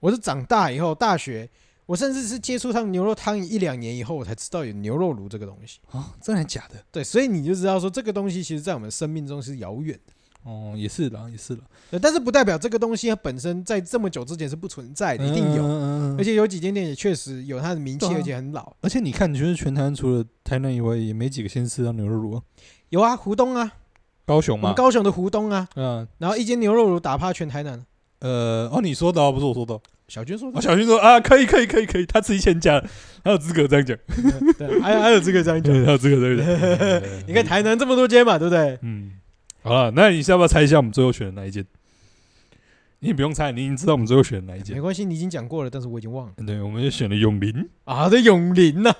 S1: 我是长大以后大学，我甚至是接触上牛肉汤一两年以后，我才知道有牛肉卤这个东西。
S2: 啊，真的假的？
S1: 对，所以你就知道说这个东西其实在我们生命中是遥远的，
S2: 哦，也是啦，也是啦，
S1: 对但是不代表这个东西它本身在这么久之前是不存在
S2: 嗯
S1: 的，一定有，
S2: 有
S1: 而
S2: 而且
S1: 且有几间店也确实有它的名气，
S2: 对啊
S1: 而且很老。
S2: 而且你看，就是全台湾除了台南以外，也没几个县市到牛肉卤、啊。
S1: 有啊，湖东啊，
S2: 高雄
S1: 我们
S2: 嘛，
S1: 高雄的湖东啊，
S2: 嗯
S1: 然后一间牛肉炉打趴全台南。
S2: 呃，哦，你说的、哦，不是我说的哦、
S1: 小军说
S2: 哦。小军说啊，可以，可以，可以，可以，他吃一千家了，他有资格这样讲，
S1: 对，还有还有这个这样讲。
S2: 对，他有资格这 样讲。
S1: 你看，台南这么多间嘛，对不对？
S2: 嗯，好了，那你要不要猜一下我们最后选的哪一间？你也不用猜，你已经知道我们最后选的哪一间
S1: 没。关系，你已经讲过了，但是我已经忘了
S2: 对，我们就选了永林。
S1: 啊。这永林呐，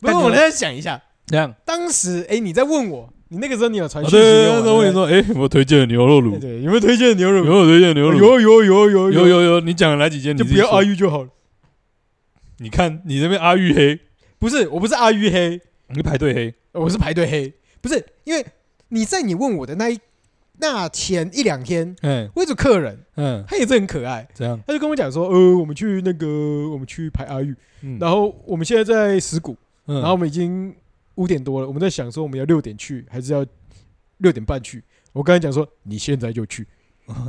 S1: 不
S2: 干
S1: 是
S2: 什么
S1: 我来想一下，
S2: 这样，
S1: 当时哎你在问我，你那个时候你有传
S2: 啊
S1: 讯
S2: 对
S1: 息
S2: 对
S1: 给
S2: 对，
S1: 我，
S2: 那我跟你说，哎，有没有推荐的牛肉
S1: 对，
S2: 卤
S1: 对，对有没有推荐的牛
S2: 有
S1: 肉
S2: 没
S1: 卤？
S2: 有推荐的牛肉卤？
S1: 有有有有
S2: 有有有，你讲了哪几间？
S1: 就
S2: 你
S1: 不
S2: 自己
S1: 要
S2: 说
S1: 阿。玉就好了。
S2: 你看你那边阿玉黑，
S1: 不是，我不是阿玉黑，
S2: 你排队黑，
S1: 我是排队黑。不是，因为你在你问我的那一那前一两天，
S2: 哎
S1: 我有一组客人，
S2: 嗯，
S1: 他也是很可爱，
S2: 这样，
S1: 他就跟我讲说，呃，我们去那个，我们去排阿玉，
S2: 嗯，
S1: 然后我们现在在石鼓，
S2: 然
S1: 然后我们已经五点多了，我们在想说我们要六点去还是要六点半去。我刚才讲说你现在就去，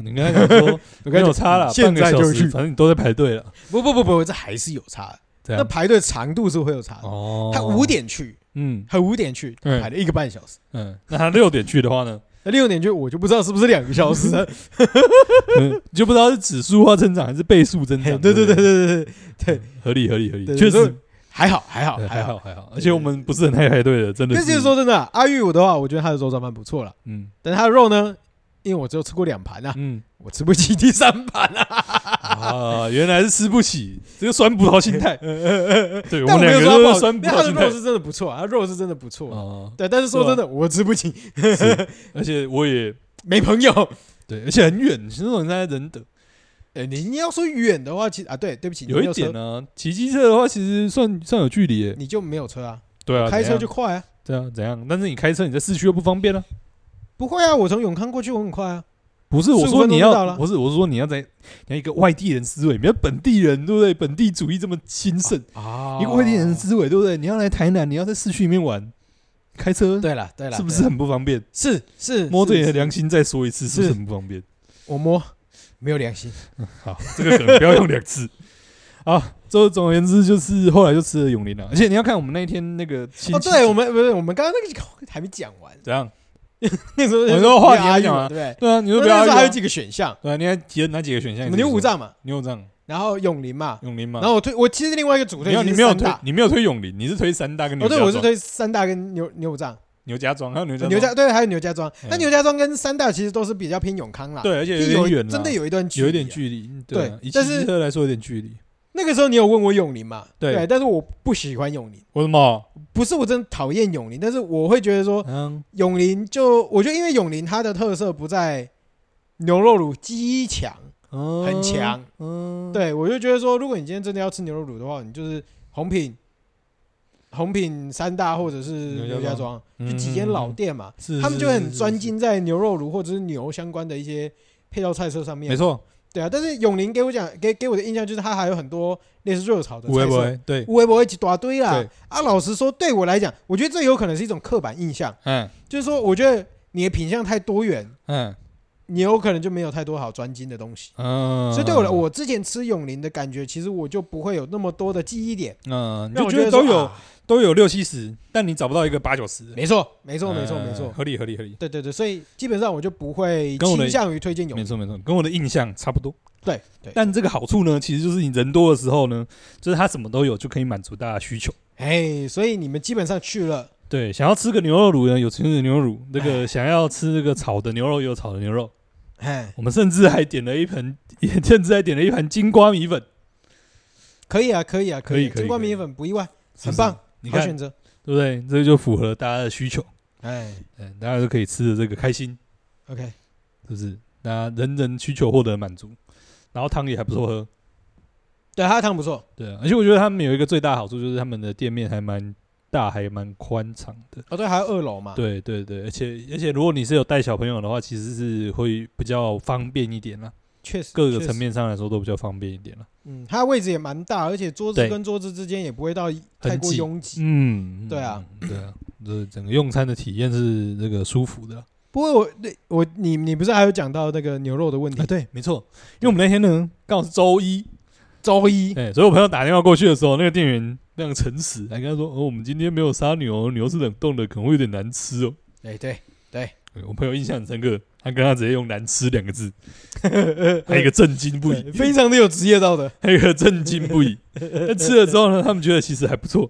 S2: 你刚才讲说
S1: 我嗯
S2: 没
S1: 刚才
S2: 有
S1: 讲
S2: 差了，
S1: 现在
S2: 半个
S1: 就
S2: 小时
S1: 去。
S2: 反正你都在排队了，
S1: 不不不不，这还是有差的。
S2: 这
S1: 那
S2: 样。
S1: 排队长度是会有差的。
S2: 啊哦，
S1: 他五，点去，
S2: 嗯
S1: 他五点去
S2: 嗯
S1: 排了一个半小时，
S2: 嗯，那他六点去的话呢？
S1: 那六点去我就不知道是不是两个小时 了。
S2: 嗯，你就不知道是指数化增长还是倍数增
S1: 嘿
S2: 长。
S1: 对对
S2: 不
S1: 对对，对对，
S2: 合理合理合理
S1: 对，
S2: 确
S1: 所以
S2: 实
S1: 还好还好
S2: 对
S1: 还
S2: 还
S1: 好。
S2: 好还好，
S1: 对
S2: 而且我们不是很爱排队的，真的
S1: 但是
S2: 是
S1: 说，真的啊，阿玉我的话，我觉得他的肉燥饭不错了，
S2: 嗯
S1: 但他的肉呢，因为我只有吃过两盘啊，
S2: 嗯
S1: 我吃不起第三 盘啊。
S2: 啊，原来是吃不起这个酸葡萄 心态，对
S1: 但
S2: 我们
S1: 没有
S2: 两个
S1: 说它不
S2: 都
S1: 好吃，因为它的
S2: 是酸葡萄心态
S1: 肉是真的不错啊，它肉是真的不错。
S2: 哦，
S1: 对，但是说真的，我吃不起，
S2: 是而且我也
S1: 没朋友。
S2: 对，而且很远，其实我现在人等
S1: 呃，你你要说远的话，其实啊，对，对不起，你
S2: 有
S1: 没
S2: 一点
S1: 车，
S2: 呢，骑机车的话其实算算有距离耶，
S1: 你就没有车啊，
S2: 对啊，
S1: 开车
S2: 怎样
S1: 就快啊。
S2: 对啊，怎样？但是你开车你在市区又不方便啊。
S1: 不会啊，我从永康过去我很快啊。
S2: 不是我
S1: 15
S2: 说
S1: 分钟
S2: 你
S1: 就到
S2: 要，
S1: 了
S2: 不是我是说你要在你要一个外地人思维，你要本地人对不对？本地主义这么兴盛，
S1: 啊
S2: 一个外地人的思维对不对？你要来台南，你要在市区里面玩，开车
S1: 对了对了，
S2: 是不
S1: 对
S2: 是
S1: 啦
S2: 很不方便？
S1: 是是
S2: 摸着
S1: 是
S2: 你的
S1: 是
S2: 良心再说一次，是不
S1: 是
S2: 是很不方便？
S1: 我摸没有良心，
S2: 好，这个可能不要用两次。啊，就总而言之，就是后来就吃了永林了。而且你要看我们那一天那个亲
S1: 哦，
S2: 戚，
S1: 对，我们不是我们刚刚那个还没讲完，
S2: 怎样？
S1: 那时候
S2: 我哦说话题还没
S1: 还
S2: 讲完
S1: 对不
S2: 对啊，你
S1: 对？
S2: 说不
S1: 那
S2: 要
S1: 时候还有
S2: 对
S1: 几个选项，
S2: 啊，你还几个哪几个选项？
S1: 什么牛五
S2: 藏、
S1: 藏嘛，
S2: 牛五藏、
S1: 然后永林嘛，
S2: 永林嘛。
S1: 然后我推我其实另外一个组
S2: 没
S1: 推
S2: 有，
S1: 其
S2: 你
S1: 实
S2: 没有
S1: 三
S2: 推
S1: 大，，
S2: 你没有推永林，你是推三大跟牛
S1: 哦，
S2: 家
S1: 对，
S2: 庄。
S1: 我是推三大跟牛牛五藏、
S2: 牛家庄，还有牛家
S1: 牛
S2: 庄
S1: 家对，还有牛家庄。
S2: 嗯
S1: 那牛家庄跟三大其实都是比较偏永康啦，
S2: 对，而且
S1: 就
S2: 有
S1: 有
S2: 点远啦，
S1: 真的有一段距离啊，
S2: 有一点距离。嗯对啊，
S1: 对
S2: 以
S1: 但
S2: 汽
S1: 是
S2: 车来说有点距离。
S1: 那个时候你有问我永林嘛？
S2: 对
S1: 但是我不喜欢永林，
S2: 为什么？
S1: 不是我真的讨厌永林，但是我会觉得说
S2: 嗯，
S1: 永林就，我觉得因为永林它的特色不在牛肉乳极强，很
S2: 很
S1: 强。
S2: 嗯，
S1: 对我就觉得说，如果你今天真的要吃牛肉乳的话，你就是红品、红品三大或者是
S2: 牛
S1: 牛
S2: 家
S1: 家
S2: 庄
S1: 庄，
S2: 嗯，
S1: 就几间老店嘛，
S2: 是，
S1: 他们就很专
S2: 精。
S1: 精在牛肉乳或者是牛相关的一些配套菜色上面
S2: 没。错，
S1: 对啊，但是永林给我讲给给我的印象就是它还有很多类似热炒的
S2: 不会
S1: 菜
S2: 不
S1: 色。
S2: 会，对，
S1: 无微不微一大堆啦
S2: 对。
S1: 啊，老实说，对我来讲，我觉得这有可能是一种刻板印象，
S2: 嗯
S1: 就是说，我觉得你的品相太多元，
S2: 嗯
S1: 你有可能就没有太多好专精的东西。
S2: 嗯，
S1: 所以对我来，我之前吃永林的感觉，其实我就不会有那么多的记忆点，
S2: 嗯，
S1: 让
S2: 你就
S1: 我
S2: 觉得
S1: 说
S2: 都有
S1: 啊
S2: 都有六七十，但你找不到一个八九十的，
S1: 没错，没错，没错，
S2: 嗯
S1: 没错。
S2: 合理合理合理，
S1: 对对对，所以基本上我就不会
S2: 跟我的
S1: 倾向于推荐永
S2: 没
S1: 林。
S2: 错没错，跟我的印象差不多。
S1: 对对，
S2: 但这个好处呢，其实就是你人多的时候呢，就是它什么都有，就可以满足大家需求。
S1: 哎，所以你们基本上去了，
S2: 对，想要吃个牛肉乳呢，有吃的牛肉乳；那个想要吃这个炒的牛肉，有炒的牛肉。
S1: 哎，
S2: 我们甚至还点了一盆，也甚至还点了一盘金瓜米粉，
S1: 可以啊，可以啊，
S2: 可以
S1: 以啊，
S2: 可以
S1: 金瓜
S2: 可以
S1: 米粉不意外，
S2: 是不
S1: 很
S2: 是
S1: 棒，
S2: 你
S1: 好
S2: 看，
S1: 选择。
S2: 对不对？这就符合大家的需求，
S1: 哎
S2: 嗯，大家都可以吃的这个开心，
S1: ，OK，
S2: 是不是？那人人需求获得满足，然后汤也还不错喝，
S1: 对，它的汤不错。
S2: 对啊。而且我觉得他们有一个最大的好处就是他们的店面还蛮大，还蛮宽敞的。
S1: 哦，对，还有二楼嘛。
S2: 对对对，而且而且如果你是有带小朋友的话，其实是会比较方便一点啦。
S1: 确实
S2: 各个
S1: 确
S2: 层
S1: 实
S2: 面上来说都比较方便一点了。
S1: 嗯，它的位置也蛮大，而且桌
S2: 对
S1: 子跟桌子之间也不会到太过
S2: 挤
S1: 拥挤。
S2: 嗯，
S1: 对啊
S2: 嗯，对啊，这整个用餐的体验是那个舒服的啊。
S1: 不过我对我你你不是还有讲到那个牛肉的问题？
S2: 啊对，没错，因为我们那天呢刚好是周一，
S1: 周一
S2: 哎，所以我朋友打电话过去的时候，那个店员非常诚实，还跟他说：“哦，我们今天没有杀牛，哦牛是冷冻的，可能会有点难吃哦。
S1: 哎对，”
S2: 哎我朋友印象很深刻，他跟他直接用“难吃”两个字， 还有一个震惊不已
S1: 对，非常的有职业道 德。
S2: 还有一个震惊不已。但吃了之后呢，他们觉得其实还不错。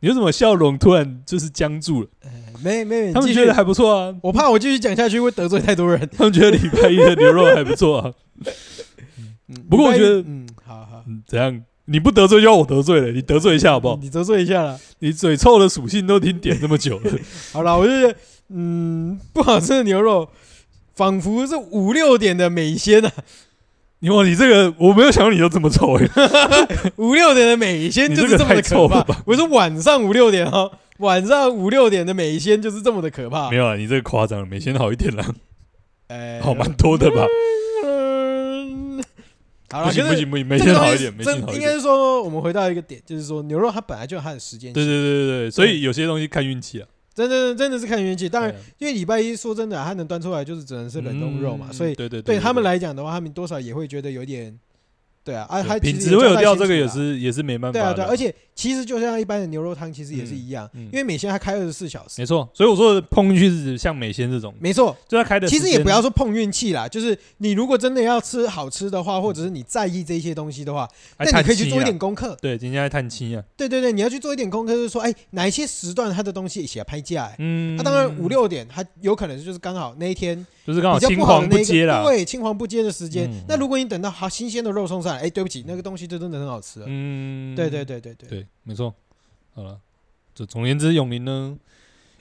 S2: 你为什么笑容突然就是僵住了？
S1: 哎没没没，
S2: 他们
S1: 继续
S2: 觉得还不错啊，
S1: 我怕我继续讲下去会得罪太多人。
S2: 他们觉得礼拜一的牛肉还不错啊。
S1: 嗯
S2: 不过我
S1: 礼拜一
S2: 觉得
S1: 嗯，好好，
S2: 嗯，怎样？你不得罪就要我得罪了，你得罪一下好不好？
S1: 你得罪一下了。
S2: 你嘴臭的属性都已经点这么久了，
S1: 好了，我就觉得嗯，不好吃的牛肉仿佛是五六点的美鲜啊，
S2: 你哇，你这个我没有想到你都这么臭哎、
S1: 五六点的美鲜
S2: 你
S1: 就
S2: 这
S1: 是
S2: 个
S1: 这么的
S2: 太
S1: 可
S2: 臭
S1: 怕
S2: 了。吧？
S1: 我是晚上五六点哦，晚上五六点的美仙就是这么的可怕
S2: 没。有啊，你这个夸张了，每天好一点了，
S1: 哎，
S2: 好蛮多的吧？
S1: 嗯？ 好了，
S2: 不行
S1: 可
S2: 不
S1: 是
S2: 行不行，每
S1: 这
S2: 天
S1: 个东西
S2: 好一点，每
S1: 这
S2: 天好一
S1: 应该
S2: 点。
S1: 是说我们回到一个点，就是说牛肉它本来就有它的时间
S2: 对对
S1: 性，
S2: 对对对，所以有些东西看运气啊。
S1: 真的真的是看运气。当然
S2: 对，啊
S1: 因为礼拜一说真的啊，它能端出来就是只能是冷冻肉嘛，
S2: 嗯
S1: 所以
S2: 对对
S1: 对他们来讲的话，他们多少也会觉得有点。对啊，啊，它
S2: 品
S1: 其实
S2: 质会有
S1: 交代
S2: 掉，
S1: 清
S2: 这个
S1: 楚
S2: 也
S1: 啦
S2: 是也是没办法
S1: 对
S2: 的
S1: 啊
S2: 啊。
S1: 对啊，而且其实就像一般的牛肉汤，其实也是
S2: 嗯
S1: 一样，
S2: 嗯
S1: 因为美鲜它开二十四小时，
S2: 没错，所以我说的碰运气是像美仙这种，
S1: 没错，
S2: 就他开的时
S1: 其
S2: 间，
S1: 实也不要说碰运气啦，就是你如果真的要吃好吃的
S2: 嗯
S1: 话，或者是你在意这些东西的话，
S2: 哎，
S1: 但你可以去
S2: 探亲
S1: 做一
S2: 啊
S1: 点功课。
S2: 对，今天在探亲啊，
S1: 对对对，你要去做一点功课，就是说，哎，哪一些时段它的东西也要拍价、哎，
S2: 嗯，
S1: 那、当然五六点，它有可能就是刚好那一天
S2: 就是刚好
S1: 比较
S2: 啊青
S1: 不好的
S2: 黄
S1: 那
S2: 不
S1: 一
S2: 接
S1: 个，
S2: 啦，
S1: 对，青黄不接的时间。
S2: 嗯
S1: 那如果你等到好新鲜的肉送上来，哎，对不起，那个东西就真的很好吃了。
S2: 嗯，
S1: 对对对对对，
S2: 对，没错，好了，这总而言之，永林呢，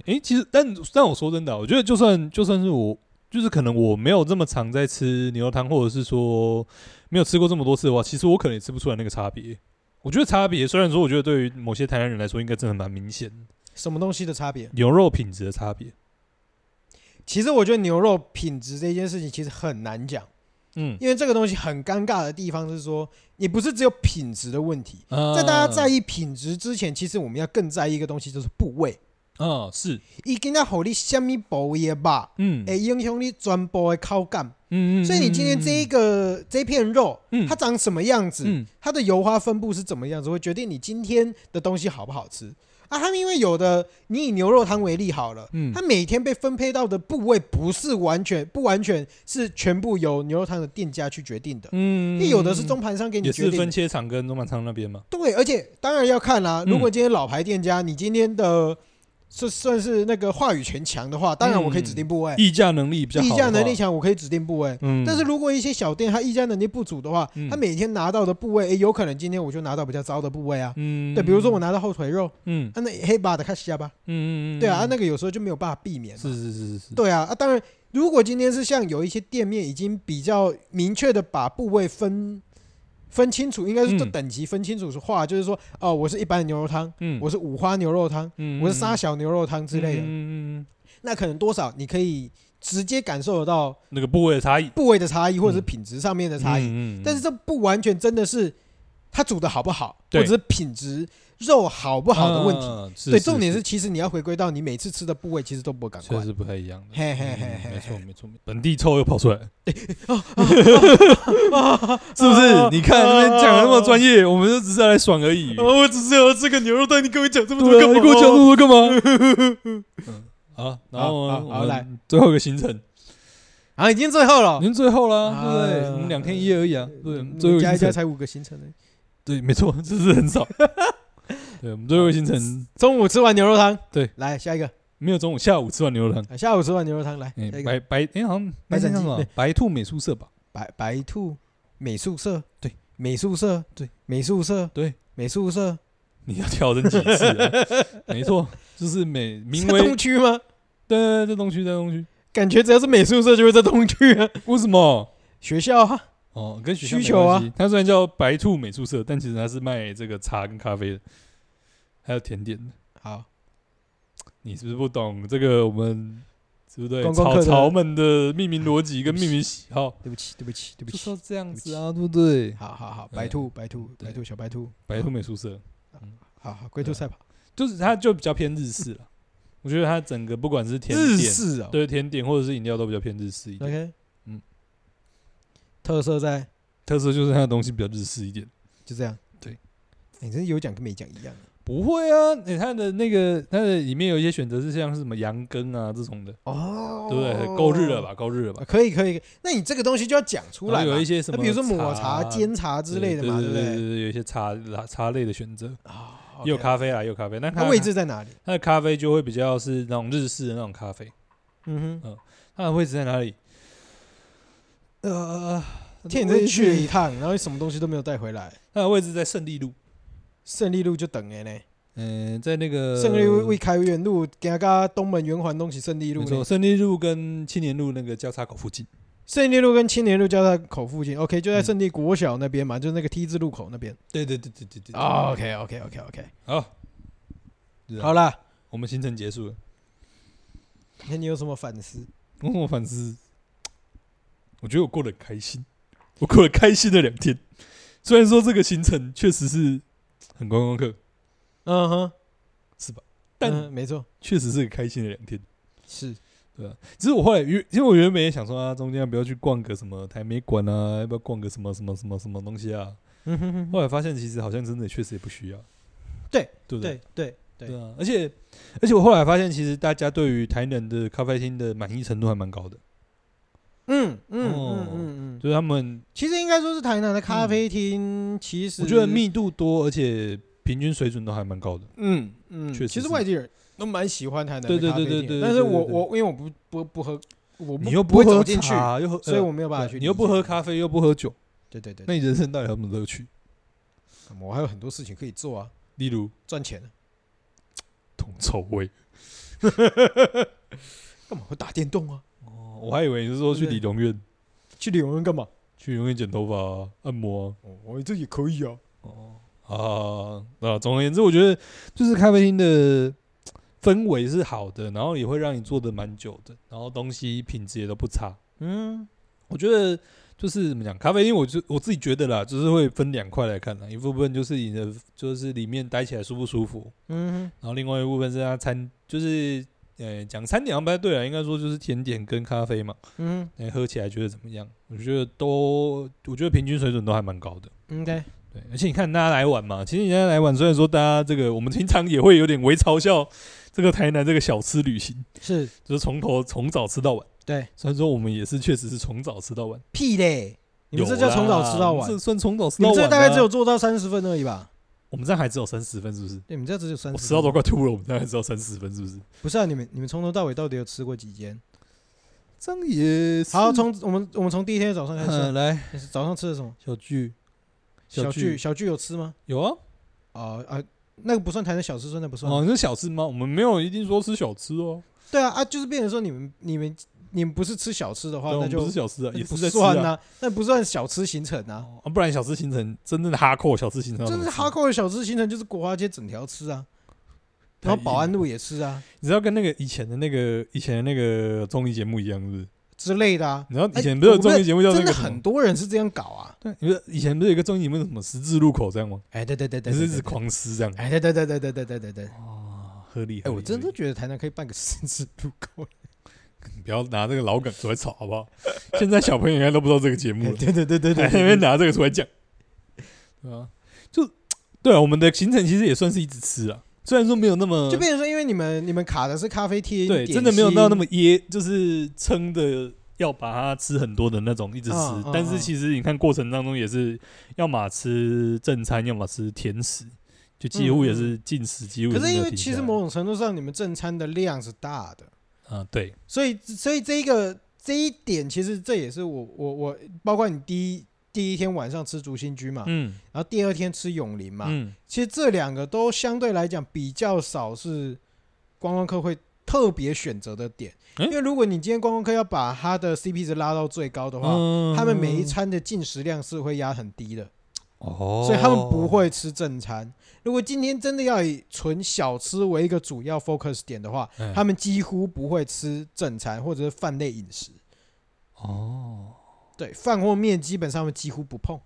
S2: 诶，其实但但我说真的啊、我觉得就算就算是我，就是可能我没有这么常在吃牛肉汤，或者是说没有吃过这么多次的话，其实我可能也吃不出来那个差别。我觉得差别，虽然说我觉得对于某些台湾人来说，应该真的蛮明显的，
S1: 什么东西的差别？
S2: 牛肉品质的差别。
S1: 其实我觉得牛肉品质这件事情其实很难讲，
S2: 嗯，
S1: 因为这个东西很尴尬的地方是说，也不是只有品质的问题，在大家在
S2: 意，
S1: 意品质之前，其实我们要更在意一个东西，就是部位。
S2: 嗯，是，
S1: 伊今仔互你虾米部位的肉，
S2: 嗯，
S1: 会影响你全部的口感。
S2: 嗯嗯，
S1: 哎所以你今天这一个这一片肉，
S2: 嗯
S1: 它长什么样子，
S2: 嗯
S1: 它的油花分布是怎么样子，会决定你今天的东西好不好吃。啊，他们因为有的，你以牛肉汤为例好了，
S2: 嗯
S1: 它每天被分配到的部位不是完全不完全是全部由牛肉汤的店家去决定的，
S2: 嗯，
S1: 因为有的是中盘商给你
S2: 也
S1: 决
S2: 是
S1: 定
S2: 分
S1: 的。
S2: 切厂跟中盘仓那边嘛，
S1: 对，而且当然要看啦、
S2: 嗯
S1: 如果今天老牌店家，你今天的是算是那个话语权强的话，当然我可以指定部位，
S2: 议价能嗯力比较好，
S1: 议哎价能力，强，我可以指定部位。
S2: 嗯，
S1: 但是如果一些小店它议价能力不足的话，
S2: 嗯
S1: 它每天拿到的部位，诶，有可能今天我就拿到比较糟的部位啊。
S2: 嗯，
S1: 对，比如说我，拿到后腿肉，
S2: 嗯
S1: 啊、那黑把的开始下吧。
S2: 嗯嗯，
S1: 对啊，啊那个有时候就没有办法避免。
S2: 是是是是是，
S1: 对啊，啊，当然，如果今天是像有一些店面已经比较明确的把部位分分清楚，应该是这
S2: 嗯
S1: 等级分清楚的话，就是说，哦，我是一般的牛肉汤，
S2: 嗯，
S1: 我是五花牛肉汤，
S2: 嗯，
S1: 我是沙小牛肉汤之类的，
S2: 嗯嗯，
S1: 那可能多少你可以直接感受得到
S2: 那个部位的差异，
S1: 部位的差异，或者是
S2: 嗯
S1: 品质上面的差异。
S2: 异
S1: 但是这不完全真的是它煮的好不好，或
S2: 对
S1: 者是品质肉好不
S2: 不
S1: 好的问题。
S2: 题
S1: 对，重点嗯是其实你要回归到你每次吃的部位其实都不敢
S2: 确
S1: 关。
S2: 实不太一样的，
S1: 嘿嘿嘿
S2: 嗯
S1: 嘿
S2: 没错
S1: 嘿，哦
S2: 没错，本地臭又 跑出来，是不是？你看这边讲的那么专业，我们就只是来爽而已。
S1: 哦我只是要吃个牛肉蛋，你跟我讲这
S2: 对啊，你跟我讲这么多干嘛？ 嗯好，然
S1: 好
S2: 后我
S1: 哦好
S2: 们
S1: 好
S2: 我们
S1: 来
S2: 最后一个行程，
S1: 啊，已经最后了
S2: 已，经最后啦，
S1: 啊
S2: 对不对？我们两天一夜而已啊，对，
S1: 嗯
S2: 最后一个
S1: 加一
S2: 行
S1: 加
S2: 程，
S1: 才五个行程呢。
S2: 对，没错， 这是很 少。对，我们最后一个行程
S1: 中午吃完牛肉汤，
S2: 对，
S1: 来下一个，
S2: 没有中午，下午吃完牛肉汤，
S1: 啊下午吃完牛肉汤，来
S2: 哎
S1: 下一，个
S2: 白白，哎，好像
S1: 白
S2: 那
S1: 斩
S2: 天叫
S1: 鸡
S2: 什么
S1: 对
S2: 白兔美术社吧？
S1: 白白兔美术社，
S2: 对，
S1: 美术社，
S2: 对，
S1: 美术社，
S2: 对，
S1: 美术社，
S2: 你要调整几 次啊？没错，就是美名
S1: 在
S2: 为
S1: 东区吗？
S2: 对对对，在东区，在东区。
S1: 感觉只要是美术社就会在东区啊，
S2: 为什么？
S1: 学校啊，
S2: 哦，跟学校没
S1: 需求啊
S2: 关系。它虽然叫白兔美术社，但其实它是卖这个茶跟咖啡的，还有甜点的。
S1: 好，
S2: 你是不是不懂这个我们对不对？
S1: 观光客
S2: 草
S1: 的
S2: 草们的命名逻辑跟命名喜好，
S1: 对不起，对不起，对不
S2: 就是
S1: 起
S2: 要，这样子啊，对不对？
S1: 好好好，
S2: 对
S1: 白兔，白兔，
S2: 对
S1: 白兔，小白兔，
S2: 白兔美术社
S1: 好好，龟兔赛跑，
S2: 就是它就比较偏日式了。 我觉得它整个不管是甜
S1: 日
S2: 点，
S1: 式啊
S2: 对甜点或者是饮料都比较偏日式一点。
S1: ，OK，
S2: 嗯
S1: 特色在
S2: 特色就是它的东西比较日式一点。
S1: 就这样，
S2: 对
S1: 哎，你真有讲跟没讲一样，
S2: 不会啊，你、它的那个它的里面有一些选择是像是什么羊羹啊这种的，
S1: 哦
S2: 对不对？够日了？吧，够日了吧
S1: 啊。可以可以，那你这个东西就要讲出来
S2: 然后
S1: 嘛
S2: 哦有一，些什
S1: 那
S2: 么，
S1: 比如说抹茶、煎茶之类的嘛，
S2: 对
S1: 不
S2: 对
S1: 对？
S2: 对，有一些茶茶类的选择，
S1: 啊
S2: 也有，咖啡啦，也有咖啡，但
S1: OK 它位置在哪里？
S2: 它的咖啡就会比较是那种日式的那种咖啡，
S1: 嗯
S2: 它的位置在哪里？呃，
S1: 哼，天，你真去了一
S2: 嗯
S1: 趟，然后什么东西都没有带回来，
S2: 它的位置在胜利路，
S1: 胜利路就等哎呢。
S2: 嗯，在那个
S1: 呃胜利路未开元路，行到东门圆环东起胜利路
S2: 没
S1: 呢
S2: 错，胜利路跟青年路那个交叉口附近，
S1: 胜利路跟青年路交叉口附近，OK，就在
S2: 嗯
S1: 胜利国小那边嘛，就是那个 T 字路口那边。
S2: 对对对对对对，
S1: 哦，OK，OK，OK，OK，
S2: 好，嗯
S1: 好，啦，
S2: 我们行程结束了，
S1: 那你有什么反思？
S2: 我反思，我觉得我过得很开心，我过了开心的两天。虽然说这个行程确实是很观光客，
S1: 嗯哼，
S2: 是吧？但
S1: 嗯，没错，
S2: 确实是个开心的两天。
S1: 是
S2: 只是我后来约，其实我原本也想说啊，中间要不要去逛个什么台美馆啊，要不要逛个什么什么什么什么东西啊？
S1: 嗯哼哼哼，
S2: 后来发现其实好像真的确实也不需要，
S1: 对
S2: 对不
S1: 对对
S2: 对
S1: 对
S2: 啊，而且而且我后来发现，其实大家对于台南的咖啡厅的满意程度还蛮高的，
S1: 嗯嗯嗯
S2: 哦
S1: 嗯嗯，
S2: 就是他们
S1: 其实应该说是台南的咖啡厅，其实
S2: 我觉得，密度多，而且平均水准都还蛮高的。
S1: 嗯嗯，
S2: 确实
S1: 其实
S2: 是
S1: 外地人都蛮喜欢台南
S2: 对
S1: 的
S2: 对
S1: 咖啡
S2: 对对
S1: 厅
S2: 对
S1: 的，
S2: 对
S1: 但是
S2: 对对
S1: 我
S2: 对
S1: 我因为我不不不喝，我不
S2: 你又
S1: 不会
S2: 喝
S1: 走进去，
S2: 茶，又喝，呃
S1: 所以我没有办法去理
S2: 对
S1: 解。
S2: 你又不喝咖啡，又不喝酒，
S1: 对对对，
S2: 那你人生到底有什么乐趣？
S1: 我还有很多事情可以做啊，
S2: 例 如
S1: 赚钱啊，
S2: 铜臭味。
S1: 干嘛会打电动啊？
S2: 哦，我还以为你是说去
S1: 对不对
S2: 理容院，
S1: 去理容院干嘛？
S2: 去理容院剪头发啊、按摩啊。
S1: 哦，我这也可以啊。
S2: 哦啊啊！总而言之，我觉得就是咖啡厅的氛围是好的，然后也会让你坐的蛮久的，然后东西品质也都不差。
S1: 嗯，
S2: 我觉得就是怎么讲，咖啡因我就我自己觉得啦，就是会分两块来看啦，一部分就是你的就是里面待起来舒不舒服，
S1: 嗯
S2: 然后另外一部分是它餐就是呃讲餐点好像不太对了，应该说就是甜点跟咖啡嘛，
S1: 哼嗯
S2: 哎喝起来觉得怎么样？我觉得都我觉得平均水准都还蛮高的。
S1: 哼，OK，
S2: 对，而且你看大家来玩嘛，其实人家来玩，虽然说大家这个我们平常也会有点微嘲笑这个台南这个小吃旅行，
S1: 是
S2: 就是从头从早吃到晚。
S1: 对，
S2: 虽然说我们也是确实是从早吃到晚，
S1: 屁嘞，你们这
S2: 有
S1: 叫
S2: 啦
S1: 从早吃到晚
S2: 我们这，算从早吃
S1: 你
S2: 到
S1: 们
S2: 晚、
S1: 这大
S2: 啊。
S1: 概只有做到三十分而已吧？
S2: 我们这样还只有三十分，是不是？
S1: 对，你们这只有三
S2: 我
S1: 十
S2: 吃到
S1: 分，
S2: 都快吐了，我们这样还只有三十分，是不是？
S1: 不是啊？你们你们从头到尾到底有吃过几间？
S2: 这样也是
S1: 好，从呃我们我们从第一天早上开
S2: 嗯
S1: 始
S2: 来
S1: 吃，早上吃的什么？
S2: 小聚小
S1: 小
S2: 聚
S1: 聚小聚有吃吗？
S2: 有啊，
S1: 哦啊，那个不算台南小吃，真的不算。
S2: 哦，那小吃吗？我们没有一定说吃小吃哦，
S1: 对啊啊，就是变成说你们你们你们不是吃小吃的话，
S2: 对我
S1: 那
S2: 们
S1: 就
S2: 不是小吃啊，
S1: 那
S2: 也
S1: 哦就不
S2: 是在吃
S1: 算呐，那不算小吃行程啊。
S2: 哦不然小吃行程真正的哈扣小吃行程要怎
S1: 真
S2: 么
S1: 是
S2: 吃
S1: 哈扣的小吃行程就是国华街整条吃啊，
S2: 太
S1: 然后保安
S2: 硬了
S1: 路也吃啊
S2: 你知道跟那个以前的那个以前的那个综艺节目一样，是不是？
S1: 之类的啊。
S2: 你知道以
S1: 哎
S2: 前不是有综艺节目嗯叫那
S1: 真
S2: 个
S1: 的
S2: 什么
S1: 很多人哎是这样搞啊！
S2: 对，你不是以前不是有一个综艺节目什么十字路口这样吗？
S1: 哎，对对对对，
S2: 你是
S1: 对
S2: 一
S1: 对
S2: 直，狂吃这样
S1: 对？哎，对对对对对对对对对。
S2: 哦，合理。
S1: 哎，
S2: 合
S1: 我
S2: 理
S1: 真
S2: 合
S1: 的
S2: 理
S1: 觉得台南可以办个十字路口。
S2: 你不要拿这个老梗出来吵好不好？ 现在小朋友应该都不知道这个节目
S1: 哎
S2: 了，
S1: 对对对 对
S2: 还
S1: 对，
S2: 在那边拿这个出来讲，对啊，就对啊，我们的行程其实也算是一直吃啊，虽然说没有那么
S1: 就变成说，因为你们你们卡的是咖啡厅，
S2: 对，
S1: 点
S2: 真的没有到那
S1: 心
S2: 么噎，就是撑的要把它吃很多的那种，一直吃。
S1: 嗯嗯
S2: 但是
S1: 嗯
S2: 其实你看过程当中也是，要么吃正餐，要么吃甜食，就几乎也是进食，几乎也
S1: 嗯可是
S2: 没
S1: 因
S2: 有
S1: 为
S2: 停
S1: 其
S2: 下
S1: 实
S2: 来
S1: 某种程度上，你们正餐的量是大的，
S2: 啊，对，
S1: 所以所以这一个这一点，其实这也是我我我，包括你第一第一天晚上吃竹心居嘛，
S2: 嗯
S1: 然后第二天吃永林嘛，
S2: 嗯，
S1: 其实这两个都相对来讲比较少是观光客会特别选择的点，
S2: 诶
S1: 因为如果你今天观光客要把它的 CP 值拉到最高的话，
S2: 嗯
S1: 他们每一餐的进食量是会压很低的。
S2: 哦，
S1: 所以他们不会吃正餐。如果今天真的要以纯小吃为一个主要 focus 点的话，
S2: 嗯
S1: 他们几乎不会吃正餐或者是饭类饮食。
S2: 哦，
S1: 对，饭或面基本上他们几乎不碰。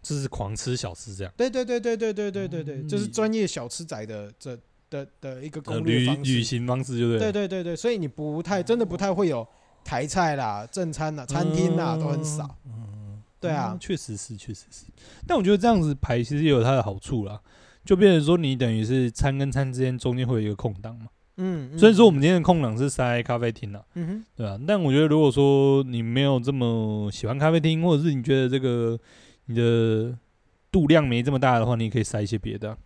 S2: 就是狂吃小吃这样。
S1: 对对对对对对对对对，
S2: 嗯
S1: 这是专业小吃仔的这的的一个
S2: 呃
S1: 攻略
S2: 旅
S1: 方
S2: 旅
S1: 式。
S2: 行方式就对了，嗯
S1: 对对对对，所以你不太真的不太会有台菜啦、正餐啦、餐厅啦都很少。
S2: 嗯，
S1: 对啊
S2: 嗯，确实是，确实是。但我觉得这样子排其实也有它的好处啦，就变成说你等于是餐跟餐之间中间会有一个空档嘛。
S1: 嗯，嗯
S2: 虽然说我们今天的空档是塞咖啡厅啦，
S1: 嗯哼
S2: 对啊，但我觉得如果说你没有这么喜欢咖啡厅，或者是你觉得这个你的度量没这么大的话，你也可以塞一些别的啊、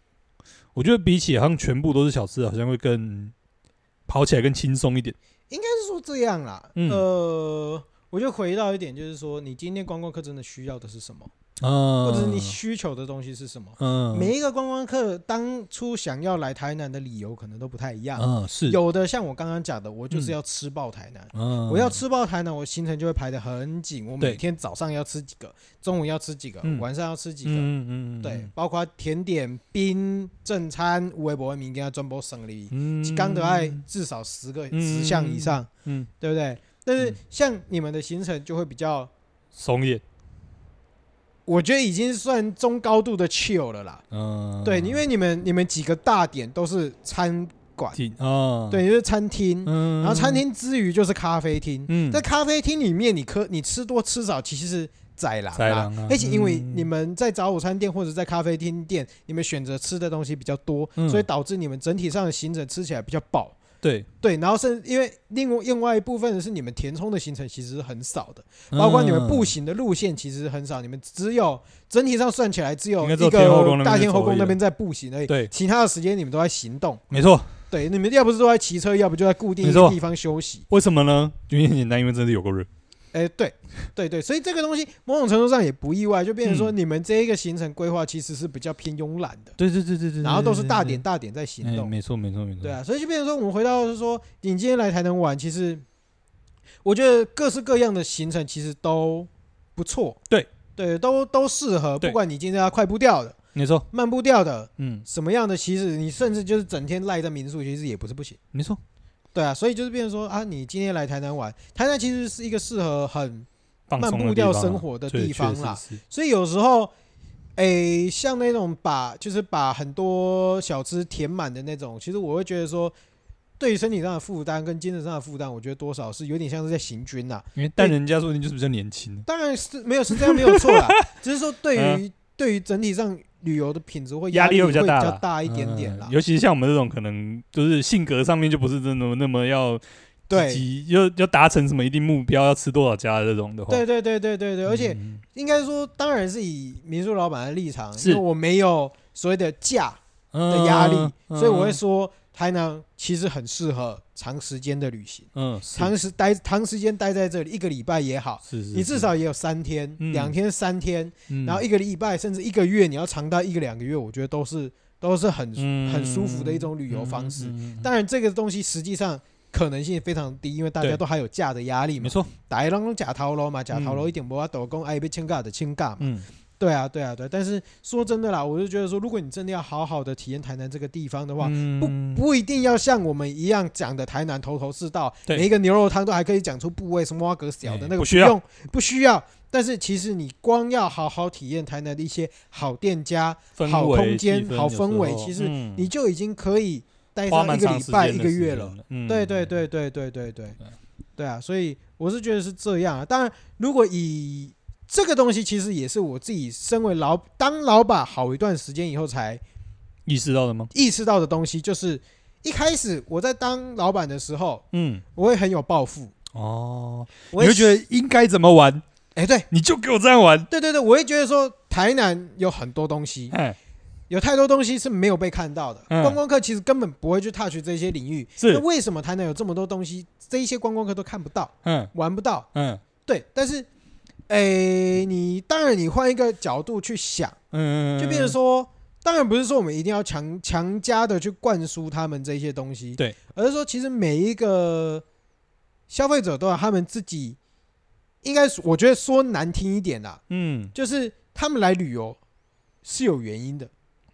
S2: 我觉得比起好像全部都是小吃，好像会更跑起来更轻松一点。
S1: 就是说这样啦。
S2: 嗯
S1: 呃，我就回到一点，就是说你今天观光客真的需要的是什么？
S2: 嗯，
S1: 或者是你需求的东西是什么。
S2: 嗯
S1: 每一个观光客当初想要来台南的理由可能都不太一样，
S2: 嗯是
S1: 有的像我刚刚讲的，我就是要吃爆台南，
S2: 嗯
S1: 我要吃爆台南，我行程就会排得很紧，我
S2: 对
S1: 每天早上要吃几个，中午要吃几个
S2: 嗯，
S1: 晚上要吃几个，
S2: 嗯嗯嗯
S1: 对，包括甜点、冰、正餐、微博文明跟他专播省里，
S2: 嗯
S1: 一刚得爱至少十个
S2: 嗯
S1: 十项以上，
S2: 嗯
S1: 对不对？但是
S2: 嗯
S1: 像你们的行程就会比较，
S2: 松叶，
S1: 我觉得已经算中高度的 chill 了啦。
S2: 嗯，
S1: 对，因为你们你们几个大点都是餐馆，
S2: 挺啊，，
S1: 对，就是餐厅，
S2: 嗯，
S1: 然后餐，厅之余就是咖啡厅。
S2: 嗯，
S1: 在咖啡厅里面，你可你吃多吃少其实是宰狼
S2: 宰
S1: 啦
S2: 狼啊，
S1: 而且因为
S2: 嗯
S1: 你们在早午餐店或者在咖啡厅店，你们选择吃的东西比较多，
S2: 嗯
S1: 所以导致你们整体上的行程吃起来比较饱。
S2: 对，
S1: 对，然后甚因为另外另外一部分是你们填充的行程其实是很少的， 包括
S2: 嗯
S1: 你们步，行的路线其实很少，你们只有整体上算起来只有
S2: 应
S1: 一
S2: 该只有天后宫
S1: 个
S2: 那边
S1: 大天
S2: 在
S1: 后
S2: 走
S1: 宫
S2: 而已
S1: 那
S2: 啊
S1: 边在步行而已，
S2: 对，
S1: 其他的时间你们都在行动，
S2: 没错。
S1: 对，你们要不是都在骑车，要不就在固定一
S2: 没错
S1: 个地方休息。
S2: 为什么呢？原因很简单，因为真的有个人，
S1: 哎、对，对对，所以这个东西某种程度上也不意外，就变成说
S2: 嗯
S1: 你们这一个行程规划其实是比较偏慵懒的，
S2: 对对对对对
S1: 然后都是大点大点在行动。
S2: 哎没错没错没错，
S1: 对啊，所以就变成说，我们回到是说，你今天来台南玩，其实我觉得各式各样的行程其实都不错，
S2: 对
S1: 对，都都适合，
S2: 对
S1: 不管你今天要快步调的、
S2: 没错，
S1: 慢步调的，
S2: 嗯，
S1: 什么样的，其实你甚至就是整天赖在民宿，其实也不是不行。
S2: 没错，
S1: 对啊，所以就是变成说啊，你今天来台南玩，台南其实是一个适合很
S2: 放
S1: 慢
S2: 松的
S1: 步
S2: 地
S1: 调
S2: 方
S1: 生
S2: 啊
S1: 活的
S2: 对
S1: 地
S2: 确
S1: 方
S2: 实
S1: 啦
S2: 是
S1: 所以有时候，诶、像那种把就是把很多小吃填满的那种，其实我会觉得说，对于身体上的负担跟精神上的负担，我觉得多少是有点像是在行军呐、
S2: 因为但
S1: 对
S2: 人家说不定就是比较年轻，
S1: 当然是没有是这样没有 错啦，只是说对于、对于整体上旅游的品质会
S2: 嗯压
S1: 力
S2: 力会
S1: 会
S2: 比较大啦，
S1: 大一点点啦
S2: 嗯。尤其是像我们这种，可能就是性格上面就不是真的那么要
S1: 对
S2: 积极，要要达成什么一定目标，要吃多少家的这种的话，
S1: 对对对对对对，而且
S2: 嗯
S1: 应该说，当然是以民宿老板的立场，
S2: 是
S1: 因为我没有所谓的价的压力，所以我会，
S2: 嗯
S1: 说台南其实很适合长时间的旅行。
S2: 嗯，
S1: 长时待长时间待在这里，一个礼拜也好，
S2: 是是，
S1: 你至
S2: 是，
S1: 少也有三天、
S2: 嗯
S1: 两天、三天，
S2: 嗯
S1: 然后一个礼拜甚至一个月，你要长到一个两个月，我觉得都是都是很
S2: 嗯
S1: 很舒服的一种旅游方式。
S2: 嗯嗯嗯
S1: 当然，这个东西实际上可能性非常低，因为大家
S2: 对
S1: 都还有价的压力
S2: 没
S1: 嘛。
S2: 错，
S1: 打一当中假逃楼嘛，假逃楼
S2: 嗯
S1: 一点不要抖工，哎，被请假的请假嘛。
S2: 嗯，
S1: 对啊，对啊，对啊。但是说真的啦，我就觉得说，如果你真的要好好的体验台南这个地方的话，
S2: 嗯，
S1: 不一定要像我们一样讲的台南头头是道，
S2: 对
S1: 每一个牛肉汤都还可以讲出部位什么挖格小的
S2: 哎
S1: 那个，
S2: 不需要
S1: 用，不需要。但是其实你光要好好体验台南的一些好店家，
S2: 氛
S1: 好
S2: 围
S1: 空间
S2: 气氛
S1: 好
S2: 有时
S1: 氛围
S2: 候
S1: 其实
S2: 嗯
S1: 你就已经可以待
S2: 花
S1: 上
S2: 蛮
S1: 一个
S2: 长
S1: 礼
S2: 时
S1: 拜、
S2: 间
S1: 一
S2: 的
S1: 个
S2: 时
S1: 月
S2: 间
S1: 了。
S2: 了，嗯
S1: 对对，对对对对对，对啊，所以我是觉得是这样啊。当然，如果以这个东西，其实也是我自己身为老当老板好一段时间以后才
S2: 意识到了吗？
S1: 意识到的东西，就是一开始我在当老板的时候，
S2: 嗯，
S1: 我会很有抱负，
S2: 哦，你
S1: 我会
S2: 会觉得应该怎么玩，
S1: 哎、对
S2: 你就给我这样玩，
S1: 对对对，我会觉得说台南有很多东西，
S2: 哎，有
S1: 有太多东西是没有被看到的，
S2: 嗯
S1: 观光客其实根本不会去 touch 这些领域。
S2: 是
S1: 那为什么台南有这么多东西，这一些观光客都看不到、
S2: 嗯
S1: 玩不到？
S2: 嗯
S1: 对，但是，哎，你当然你换一个角度去想，
S2: 嗯，
S1: 就变成说。当然不是说我们一定要强强加的去灌输他们这些东西，
S2: 对，
S1: 而是说其实每一个消费者都有他们自己，应该说我觉得说难听一点啦、
S2: 嗯
S1: 就是他们来旅游是有原因的，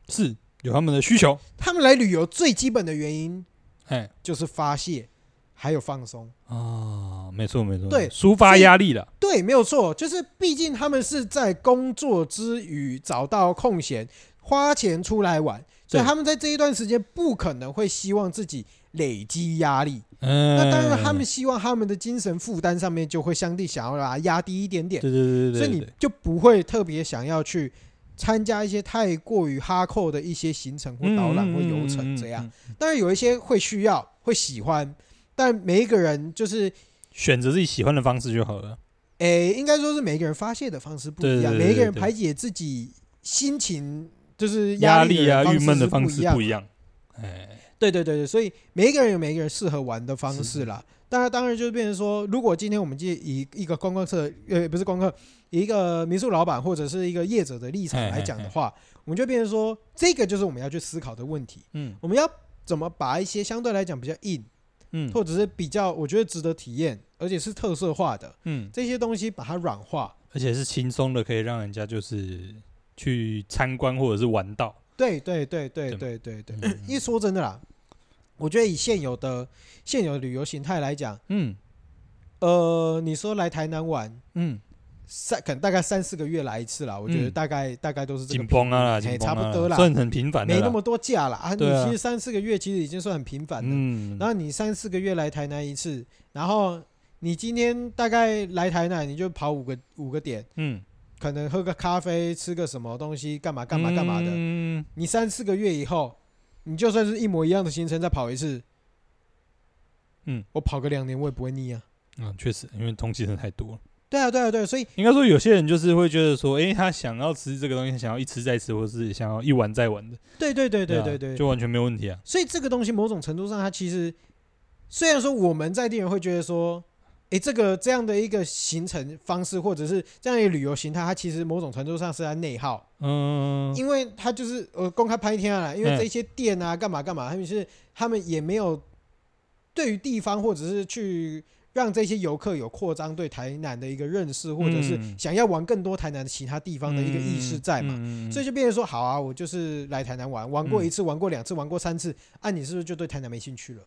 S2: 是有他们的需求，
S1: 他们来旅游最基本的原因
S2: 哎
S1: 就是发泄，还有放松。
S2: 啊，没错没错，
S1: 对
S2: 抒发
S1: 所以
S2: 压力了，
S1: 对，没有错，就是毕竟他们是在工作之余找到空闲，花钱出来玩，所以
S2: 对
S1: 他们在这一段时间不可能会希望自己累积压力。
S2: 嗯，
S1: 那当然，他们希望他们的精神负担上面就会相对想要把它压低一点点
S2: 对。对对对对，
S1: 所以你
S2: 对
S1: 就不会特别想要去参加一些太过于哈扣的一些行程或导览或游程这样。，
S2: 嗯嗯嗯嗯嗯
S1: 当然有一些会需要会喜欢，但每一个人就是
S2: 选择自己喜欢的方式就好了，
S1: 诶、应该说是每个人发泄的方式不一样，
S2: 对对对对
S1: 每一个人排解自己心情就是
S2: 压
S1: 力
S2: 力啊、郁闷
S1: 的
S2: 的方式
S1: 是不
S2: 不
S1: 一
S2: 一
S1: 样。
S2: 样，哎，
S1: 对对对对，所以每一个人有每一个人适合玩的方式啦。当然，当然就是变成说，如果今天我们就以一个观光客，呃，不是观光客，以一个民宿老板或者是一个业者的立场来讲的话，我们就变成说，这个就是我们要去思考的问题。
S2: 嗯
S1: 我们要怎么把一些相对来讲比较硬，
S2: 嗯
S1: 或者是比较我觉得值得体验，而且是特色化的
S2: 嗯，
S1: 这些东西，把它软化。
S2: 而且是轻松的，可以让人家就是去参观或者是玩到，
S1: 对对对对对对对，因为说真的啦，我觉得以现有的现有的旅游形态来讲，
S2: 嗯
S1: 呃，你说来台南玩。
S2: 嗯，
S1: 三可能大概三四个月来一次啦，我觉得
S2: 嗯
S1: 大概、大概都是这个
S2: 紧绷啊啦，
S1: 频率
S2: 紧
S1: 嘿
S2: 绷
S1: 差
S2: 啊
S1: 不多啦，
S2: 算很频繁的啦，
S1: 没那么多假啦啊。你
S2: 对啊
S1: 其实三四个月其实已经算很频繁了。
S2: 嗯，
S1: 然后你三四个月来台南一次，然后你今天大概来台南你就跑五个五个点，
S2: 嗯
S1: 可能喝个咖啡，吃个什么东西，干嘛干嘛干嘛的。
S2: 嗯
S1: 你三四个月以后，你就算是一模一样的行程再跑一次，
S2: 嗯，
S1: 我跑个两年我也不会腻啊。
S2: 啊，确实，因为通勤人太多了。
S1: 对啊，对啊，对啊所以
S2: 应该说，有些人就是会觉得说，诶，他想要吃这个东西，想要一吃再吃，或是想要一玩再玩的，
S1: 对对对对对
S2: 啊
S1: 对，
S2: 就完全没有问题啊。
S1: 所以这个东西某种程度上，它其实虽然说我们在地人会觉得说，诶，这个这样的一个行程方式或者是这样一个旅游形态，它其实某种程度上是在内耗，
S2: 嗯，
S1: 因为它就是呃公开拍天啊，因为这些店啊干嘛干嘛，他们是他们也没有对于地方或者是去。让这些游客有扩张对台南的一个认识，或者是
S2: 嗯
S1: 想要玩更多台南的其他地方的一个意识在嘛？
S2: 嗯
S1: 所以就变成说，好啊，我就是来台南玩，玩过一次，玩过两次，玩过三次，啊，你是不是就对台南没兴趣了？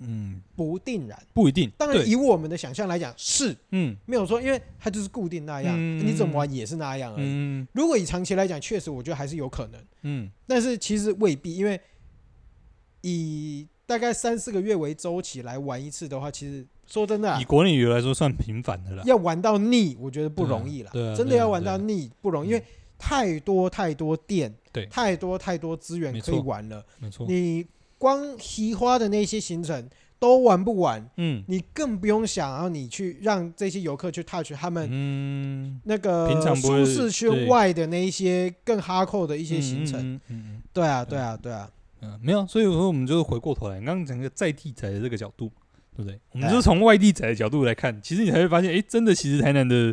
S2: 嗯，
S1: 不定然。
S2: 不一定，
S1: 当然，
S2: 对
S1: 以我们的想象来讲是
S2: 嗯
S1: 没有说，因为它就是固定那样，
S2: 嗯
S1: 你怎么玩也是那样而已。
S2: 嗯
S1: 如果以长期来讲，确实我觉得还是有可能，
S2: 嗯
S1: 但是其实未必，因为以大概三四个月为周期来玩一次的话，其实说真的啊、
S2: 以国内旅游来说算频繁的啦。
S1: 要玩到腻，我觉得不容易啦。
S2: 啊对啊对啊
S1: 真的
S2: 对啊
S1: 要玩
S2: 对啊
S1: 到腻不容易，因为
S2: 嗯
S1: 太多太多店，
S2: 对
S1: 太多太多资源
S2: 没
S1: 可以
S2: 错嗯
S1: 玩了。
S2: 没错，
S1: 你光喜花的那些行程都玩不完，
S2: 嗯
S1: 你更不用想要你去让这些游客去 touch 他们
S2: 嗯，
S1: 那个
S2: 平常不
S1: 舒
S2: 会
S1: 适圈
S2: 对
S1: 外的那一些更哈扣的一
S2: 一
S1: 些行程。
S2: 嗯嗯嗯
S1: 对啊，对啊，对啊，
S2: 嗯，没有，所以说我们就是回过头来，你刚刚讲一个在地仔的这个角度，对不对？我们
S1: 哎
S2: 就是从外地仔的角度来看，其实你才会发现，哎，真的，其实台南的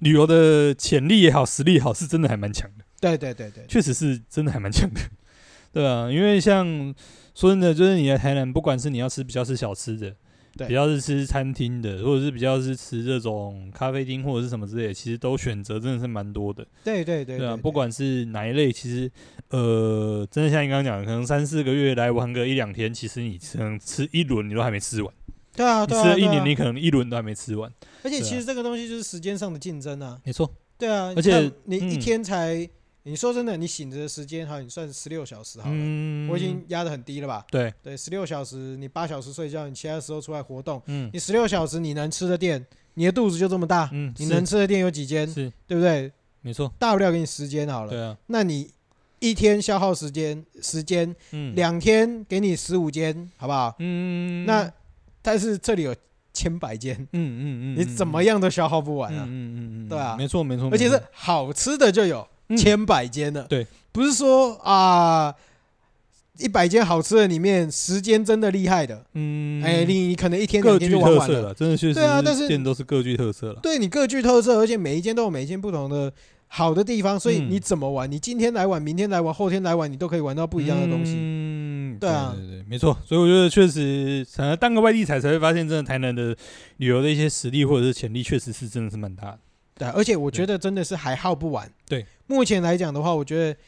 S2: 旅游的潜力也好，实力也好，是真的还蛮强的，
S1: 对对对对，
S2: 确实是真的还蛮强的，对啊，因为像说真的，就是你来台南，不管是你要吃比较是小吃的，
S1: 对
S2: 比较是吃餐厅的，或者是比较是吃这种咖啡厅或者是什么之类的，其实都选择真的是蛮多的。
S1: 对对对
S2: 对啊，
S1: 对，
S2: 不管是哪一类，其实呃，真的像你刚刚讲，的，可能三四个月来玩个一两天，其实你可能吃一轮你都还没吃完，
S1: 对啊，
S2: 你
S1: 对
S2: 吃
S1: 啊，对啊
S2: 了一年你可能一轮都还没吃完。
S1: 而且
S2: 对啊
S1: 其实这个东西就是时间上的竞争啊。
S2: 没错，
S1: 对啊，
S2: 而且
S1: 你看你一
S2: 嗯
S1: 天才，你说真的，你醒着的时间好，你算十六小时好了，
S2: 嗯，
S1: 我已经压得很低了吧？
S2: 对，
S1: 对，十六小时，你八小时睡觉，你其他时候出来活动，
S2: 嗯
S1: 你十六小时你能吃的店，你的肚子就这么大，
S2: 嗯，
S1: 你
S2: 是
S1: 能吃的店有几间，
S2: 是
S1: 对不对？
S2: 没错，
S1: 大不了给你时间好了，
S2: 对啊，
S1: 那你一天消耗时间时间
S2: 嗯
S1: 两天给你十五间，好不好？
S2: 嗯，
S1: 那但是这里有千百间，
S2: 嗯嗯嗯，
S1: 你怎么样都消耗不完
S2: 嗯
S1: 啊。
S2: 嗯嗯嗯，
S1: 对啊
S2: 没错没错，
S1: 而且
S2: 没
S1: 是
S2: 错
S1: 好吃的就有
S2: 嗯
S1: 千百间的，
S2: 对，
S1: 不是说啊一百间好吃的里面十间真的厉害的，
S2: 嗯，
S1: 哎，你你可能一天两
S2: 各
S1: 天
S2: 具
S1: 就玩
S2: 特
S1: 完
S2: 色
S1: 了。
S2: 了，真的确实，
S1: 对啊但是
S2: 店都是各具特色了，
S1: 对你各具特色，而且每一间都有每一间不同的好的地方，所以
S2: 嗯
S1: 你怎么玩，你今天来玩，明天来玩，后天来玩，你都可以玩到不一样的东西。
S2: 嗯，
S1: 对啊
S2: 对对，没错。所以我觉得确实，反而当个外地仔才会发现，真的台南的旅游的一些实力或者是潜力，确实是真的是蛮大的。
S1: 对啊，而且我觉得真的是还耗不完。
S2: 对，
S1: 目前来讲的话，我觉得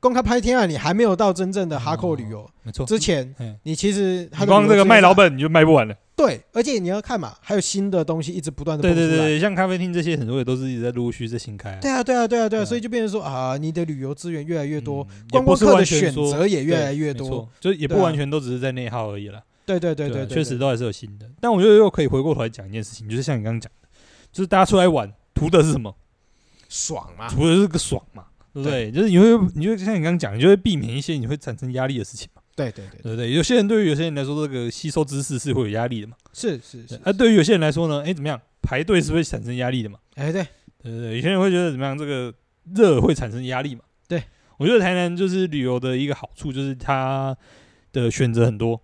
S1: 公开拍天啊，你还没有到真正的哈扣旅游
S2: 没错，
S1: 之前
S2: 嗯，
S1: 你其实它
S2: 你
S1: 的
S2: 光
S1: 旅游
S2: 这个
S1: 资
S2: 卖
S1: 源
S2: 老本你就卖不完了。
S1: 对，而且你要看嘛，还有新的东西一直不断的
S2: 对
S1: 蹦出
S2: 对
S1: 来。
S2: 对对，像咖啡厅这些，很多也都是一直在陆续在新开、啊，
S1: 对啊，对啊，对啊，对
S2: 对
S1: 啊，
S2: 啊
S1: 所以就变成说啊，你的旅游资源越来越多，
S2: 嗯也
S1: 观
S2: 不
S1: 光
S2: 是
S1: 客
S2: 完
S1: 的
S2: 全
S1: 选
S2: 说
S1: 择也越
S2: 对
S1: 来越
S2: 没
S1: 多
S2: 错。，就也
S1: 对
S2: 不
S1: 啊
S2: 完全都只是在内耗而已啦。
S1: 对对对对，
S2: 对啊确实都还是有新的。但我觉得又可以回过头来讲一件事情，就是像你刚刚讲的，就是大家出来玩图的是什么？
S1: 爽嘛。
S2: 图的是个爽嘛，对不对？就是你会，你就像你刚刚讲，你就会避免一些你会产生压力的事情嘛，
S1: 对对对，对
S2: 对不对？有些人对于有些人来说，这个吸收知识是会有压力的嘛，
S1: 是是是
S2: 啊，，对于有些人来说呢，哎，怎么样？排队是会产生压力的嘛，
S1: 哎对，
S2: 对不对？有些人会觉得怎么样？这个热会产生压力嘛？
S1: 对，
S2: 我觉得台南就是旅游的一个好处，就是它的选择很多。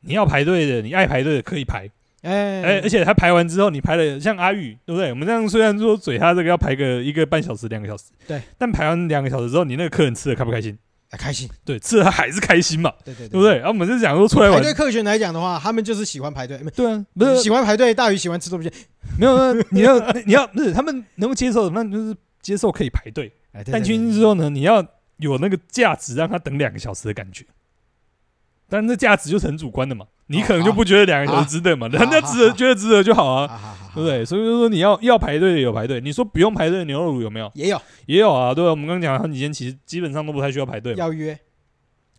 S2: 你要排队的，你爱排队的可以排，
S1: 哎
S2: 哎、而且他排完之后，你排了像阿玉，对不对？我们这样虽然说嘴他这个要排个一个半小时、两个小时，
S1: 对，
S2: 但排完两个小时之后，你那个客人吃的开不开心？
S1: 哎开心，
S2: 对，吃的还是开心嘛，
S1: 对对
S2: 对不对？？啊然、后我们就讲说出来
S1: 排
S2: 玩，
S1: 队客群来讲的话，他们就是喜欢排队，没
S2: 对啊，不是
S1: 喜欢排队大于喜欢吃东西。
S2: 没有，啊没有你要你要不是他们能够接受，那就是接受可以排队，
S1: 哎，
S2: 但进去之后呢，你要有那个价值让他等两个小时的感觉。但是那价值就是很主观的嘛，你可
S1: 哦
S2: 能就不觉得两个小时值得嘛，人家值得觉得值得就好啊。
S1: 啊，好好
S2: 对不对？所以就说你要要排队的有排队，你说不用排队的牛肉乳有没有？
S1: 也有
S2: 也有啊，对啊我们刚刚讲好几间，其实基本上都不太需要排队嘛。
S1: 要约，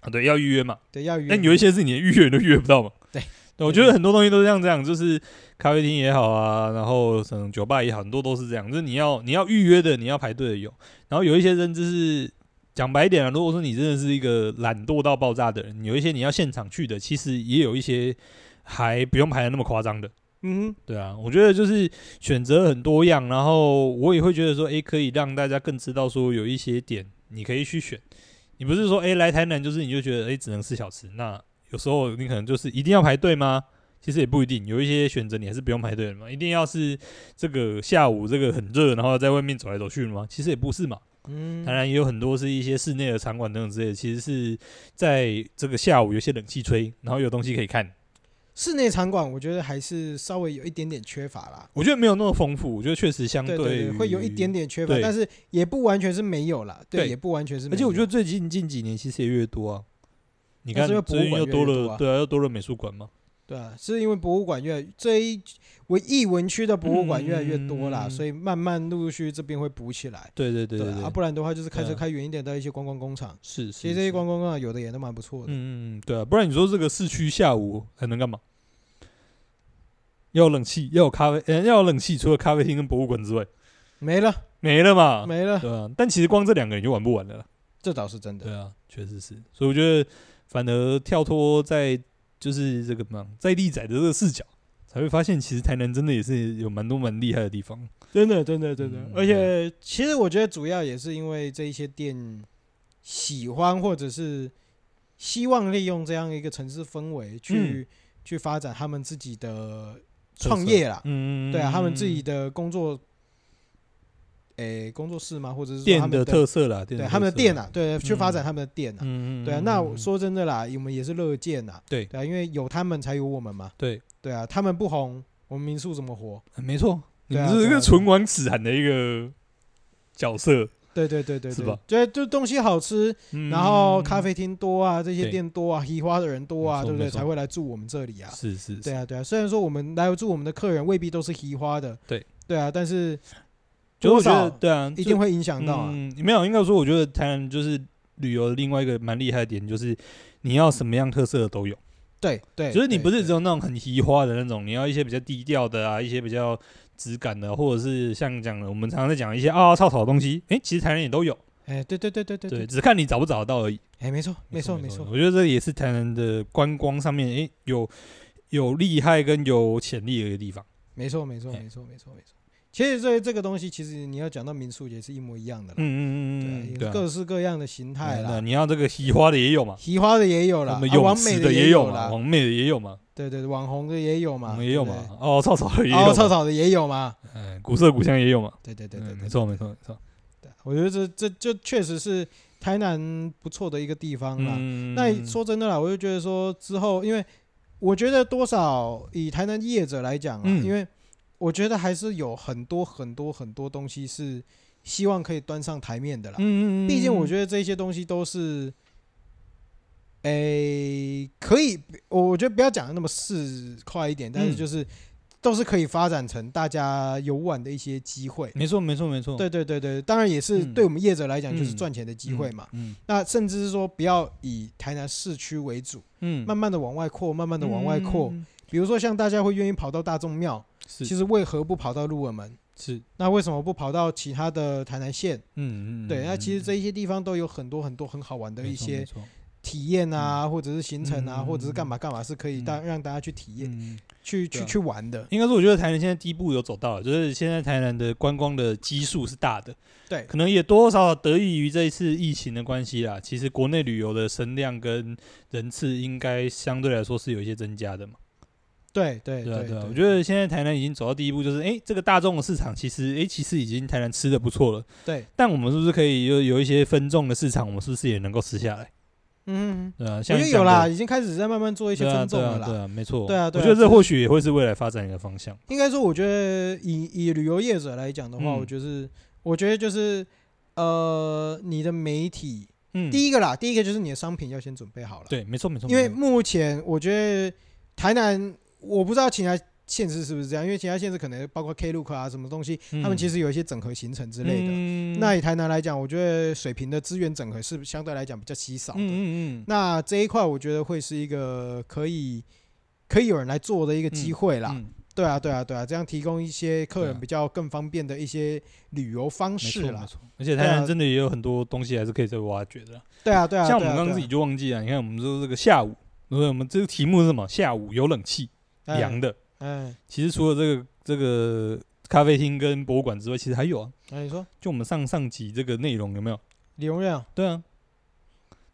S2: 啊，对，要预约嘛。
S1: 对要约。
S2: 但有一些是你连预约都预约不到嘛。
S1: 对
S2: 对，我觉得很多东西都是像这样，就是咖啡厅也好啊，然后可能酒吧也好，很多都是这样，就是你要你要预约的，你要排队的有，然后有一些人就是。讲白一点啊，如果说你真的是一个懒惰到爆炸的人，有一些你要现场去的，其实也有一些还不用排的那么夸张的。
S1: 嗯哼，
S2: 对啊，我觉得就是选择很多样，然后我也会觉得说，诶，可以让大家更知道说有一些点你可以去选。你不是说，诶，来台南就是你就觉得，诶，只能吃小吃。那有时候你可能就是一定要排队吗？其实也不一定，有一些选择你还是不用排队的嘛。一定要是这个下午这个很热，然后在外面走来走去的吗？其实也不是嘛。
S1: 嗯，
S2: 当然也有很多是一些室内的场馆等等之类的，其实是在这个下午有些冷气吹，然后有东西可以看，
S1: 室内场馆我觉得还是稍微有一点点缺乏啦。
S2: 我觉得没有那么丰富，我觉得确实相
S1: 对
S2: 于
S1: 对，会有一点点缺乏，
S2: 对
S1: 但是也不完全是没有啦，对，
S2: 对
S1: 也不完全是没有。
S2: 而且我觉得最近近几年其实也越多啊，你看
S1: 那是因为博物
S2: 最近又
S1: 馆越来
S2: 多
S1: 越多
S2: 了，
S1: 啊
S2: 对啊，又多了美术馆嘛。
S1: 对啊，是因为博物馆越来这一文艺文区的博物馆越来越多啦，
S2: 嗯
S1: 所以慢慢陆陆续续这边会补起来。
S2: 对对对
S1: 啊，
S2: 对，
S1: 不然的话就是开车
S2: 对啊
S1: 开远一点到一些观光工厂。
S2: 是
S1: 其
S2: 是
S1: 实这些
S2: 是
S1: 观光工厂有的也都蛮不错的。
S2: 嗯嗯嗯，对啊，不然你说这个市区下午还能干嘛？要有冷气，要有咖啡，呃，要有冷气，除了咖啡厅跟博物馆之外，
S1: 没了，
S2: 没了嘛，
S1: 没了，
S2: 对啊。但其实光这两个你就玩不完了啦。
S1: 这倒是真的。
S2: 对啊，确实是。所以我觉得，反而跳脱在就是这个嘛，在地仔的这个视角，才会发现其实台南真的也是有蛮多蛮厉害的地方。
S1: 真的，真的，真的
S2: 嗯。
S1: 而且，其实我觉得主要也是因为这一些店喜欢或者是希望利用这样一个城市氛围去、去发展他们自己的创业啦。
S2: 嗯，
S1: 对啊，他们自己的工作，诶、工作室吗？或者是说他
S2: 店
S1: 们
S2: 的特色啦，
S1: 对
S2: 的
S1: 他们的
S2: 特色
S1: 店
S2: 啦，
S1: 啊，对，去发展他们的店啊。
S2: 嗯嗯，
S1: 对啊，
S2: 嗯
S1: 那
S2: 嗯
S1: 我
S2: 嗯
S1: 说真的啦，我们也是乐见呐。
S2: 对
S1: 对啊，因为有他们才有我们嘛。
S2: 对，
S1: 对啊，他们不红，我们民宿怎么活？
S2: 没错，你
S1: 对啊
S2: 们是
S1: 对
S2: 一
S1: 啊对
S2: 个
S1: 啊
S2: 唇亡齿寒的一个角色，
S1: 对对对对
S2: 是
S1: 对，
S2: 吧
S1: 对，就东西好吃，
S2: 嗯
S1: 然后咖啡厅多啊，这些
S2: 对
S1: 店多啊，移花的人多啊，
S2: 没错
S1: 对不对？
S2: 没错
S1: 才会来住我们这里啊。
S2: 是是，
S1: 对
S2: 是，
S1: 啊，对啊。虽然说我们来住我们的客人未必都是移花的，
S2: 对
S1: 对啊，但是
S2: 就
S1: 多
S2: 我觉
S1: 少
S2: 得对啊，
S1: 一
S2: 就
S1: 定会影响到啊。
S2: 嗯，没有，应该说我觉得台南就是旅游的另外一个蛮厉害的点，就是你要什么样特色的都有，
S1: 对对，
S2: 就是你不是只
S1: 样，
S2: 有那种很移花的那种，你要一些比较低调的啊，一些比较质感的，或者是像讲的我们常常在讲一些啊草草的东西，诶，其实台南也都有，
S1: 哎，对对对对对
S2: 对，
S1: 对，
S2: 只是看你找不找得到而已。
S1: 哎，没错没错没错，
S2: 我觉得这也是台南的观光上面，诶，有有厉害跟有潜力的一个地方。
S1: 没错没错
S2: 哎
S1: 没错没错没错。其实这这个东西，其实你要讲到民宿也是一模一样的啦，
S2: 嗯嗯嗯嗯，
S1: 对
S2: 对
S1: 啊，
S2: 啊，
S1: 各式各样的形态
S2: 对啊
S1: 啦，
S2: 你要这个移花的也有嘛，
S1: 移花的也有
S2: 我
S1: 啦，
S2: 们
S1: 啊
S2: 泳
S1: 完美
S2: 池的也
S1: 有
S2: 嘛，
S1: 啦，
S2: 王妹的也有嘛，
S1: 对对对，网红的也有
S2: 我
S1: 嘛，
S2: 们也有
S1: 对不对
S2: 嘛，哦，草草的也
S1: 然后
S2: 有
S1: 臭
S2: 嘛，
S1: 草的也有嘛？
S2: 嗯，古色古香也有嘛，
S1: 对对对
S2: 嗯
S1: 对，
S2: 没
S1: 对，
S2: 错没错没错，
S1: 对我觉得这这这确实是台南不错的一个地方啦。
S2: 嗯，
S1: 那你说真的啦，我就觉得说之后，因为我觉得多少以台南业者来讲啊，
S2: 嗯
S1: 因为我觉得还是有很多很多很多东西是希望可以端上台面的啦。
S2: 嗯，嗯嗯，
S1: 毕竟我觉
S2: 得
S1: 得这些东西都是。诶，可以，我我觉得不要讲的那么市侩一点，但是
S2: 嗯
S1: 就是都是可以发展成大家游玩的一些机会。
S2: 没错没错没错，
S1: 对对对对，当然也是
S2: 嗯
S1: 对我们业者来讲就是
S2: 嗯
S1: 赚钱的机会嘛。
S2: 嗯，
S1: 那甚至是说不要以台南市区为主，
S2: 嗯嗯，
S1: 慢慢的往外扩，慢慢的往外扩。
S2: 嗯，嗯嗯
S1: 比如说像大家会愿意跑到大众庙，
S2: 是
S1: 其实为何不跑到鹿耳门？
S2: 是，嗯
S1: 那为什么不跑到其他的台南县？
S2: 嗯嗯，
S1: 对，那其实
S2: 嗯
S1: 这一些地方都有很多很多很好玩的
S2: 没
S1: 一
S2: 错
S1: 些
S2: 没错
S1: 体验啊，或者是行程啊，
S2: 嗯
S1: 或者是干嘛干嘛是可以
S2: 嗯
S1: 大让大家去体验、
S2: 嗯
S1: 去去
S2: 对啊
S1: 去玩的。
S2: 应该说，我觉得台南现在第一步有走到了，就是现在台南的观光的基数是大的，
S1: 对
S2: 可能也多多少少得益于这一次疫情的关系啦。其实国内旅游的声量跟人次应该相对来说是有一些增加的嘛。
S1: 对对
S2: 啊，
S1: 对
S2: 对啊，我觉得现在台南已经走到第一步，就是诶，这个大众的市场其实诶，其实已经台南吃的不错了，
S1: 对，
S2: 但我们是不是可以有有一些分众的市场，我们是不是也能够吃下来？
S1: 嗯，
S2: 对啊，
S1: 我
S2: 像
S1: 觉得
S2: 你
S1: 有
S2: 讲
S1: 啦，
S2: 的，
S1: 已经开始在慢慢做一些
S2: 对啊
S1: 分众
S2: 对
S1: 了
S2: 啊，
S1: 啦。
S2: 对啊，没错，
S1: 对啊对
S2: 我
S1: 啊
S2: 觉得
S1: 就
S2: 这
S1: 是
S2: 或许也会是未来发展一个方向。
S1: 应该说，我觉得以以旅游业者来讲的话，
S2: 嗯
S1: 我觉得是，我觉得就是，呃，你的媒体，
S2: 嗯，一
S1: 第一个啦，第一个就是你的商品要先准备好了，，
S2: 对，没错没错，
S1: 因为
S2: 没错
S1: 目前我觉得台南，我不知道其他县市是不是这样，因为其他县市可能包括 Klook 啊什么东西，他们
S2: 嗯
S1: 其实有一些整合行程之类的。
S2: 嗯
S1: 那以台南来讲，我觉得水平的资源整合是相对来讲比较稀少的。
S2: 嗯嗯嗯，
S1: 那这一块，我觉得会是一个可以可以有人来做的一个机会啦。
S2: 嗯
S1: 对啊，对啊，对啊，这样提供一些客
S2: 对
S1: 人
S2: 啊
S1: 比较更方便的一些旅游方
S2: 没
S1: 式
S2: 错没
S1: 啦。
S2: 错，而且台南真的也有很多东西还是可以再挖掘的啦。
S1: 对啊，对啊，
S2: 像我
S1: 对啊
S2: 们刚刚自己，就忘记了，你看我们说这个下午，对不对？我们这个题目是什么？下午有冷气，
S1: 对啊
S2: 凉，的。
S1: 嗯，
S2: 其实除了这个这个咖啡厅跟博物馆之外，其实还有啊，
S1: 那你说
S2: 就我们上上集这个内容有没有？
S1: 李荣任啊，
S2: 对啊，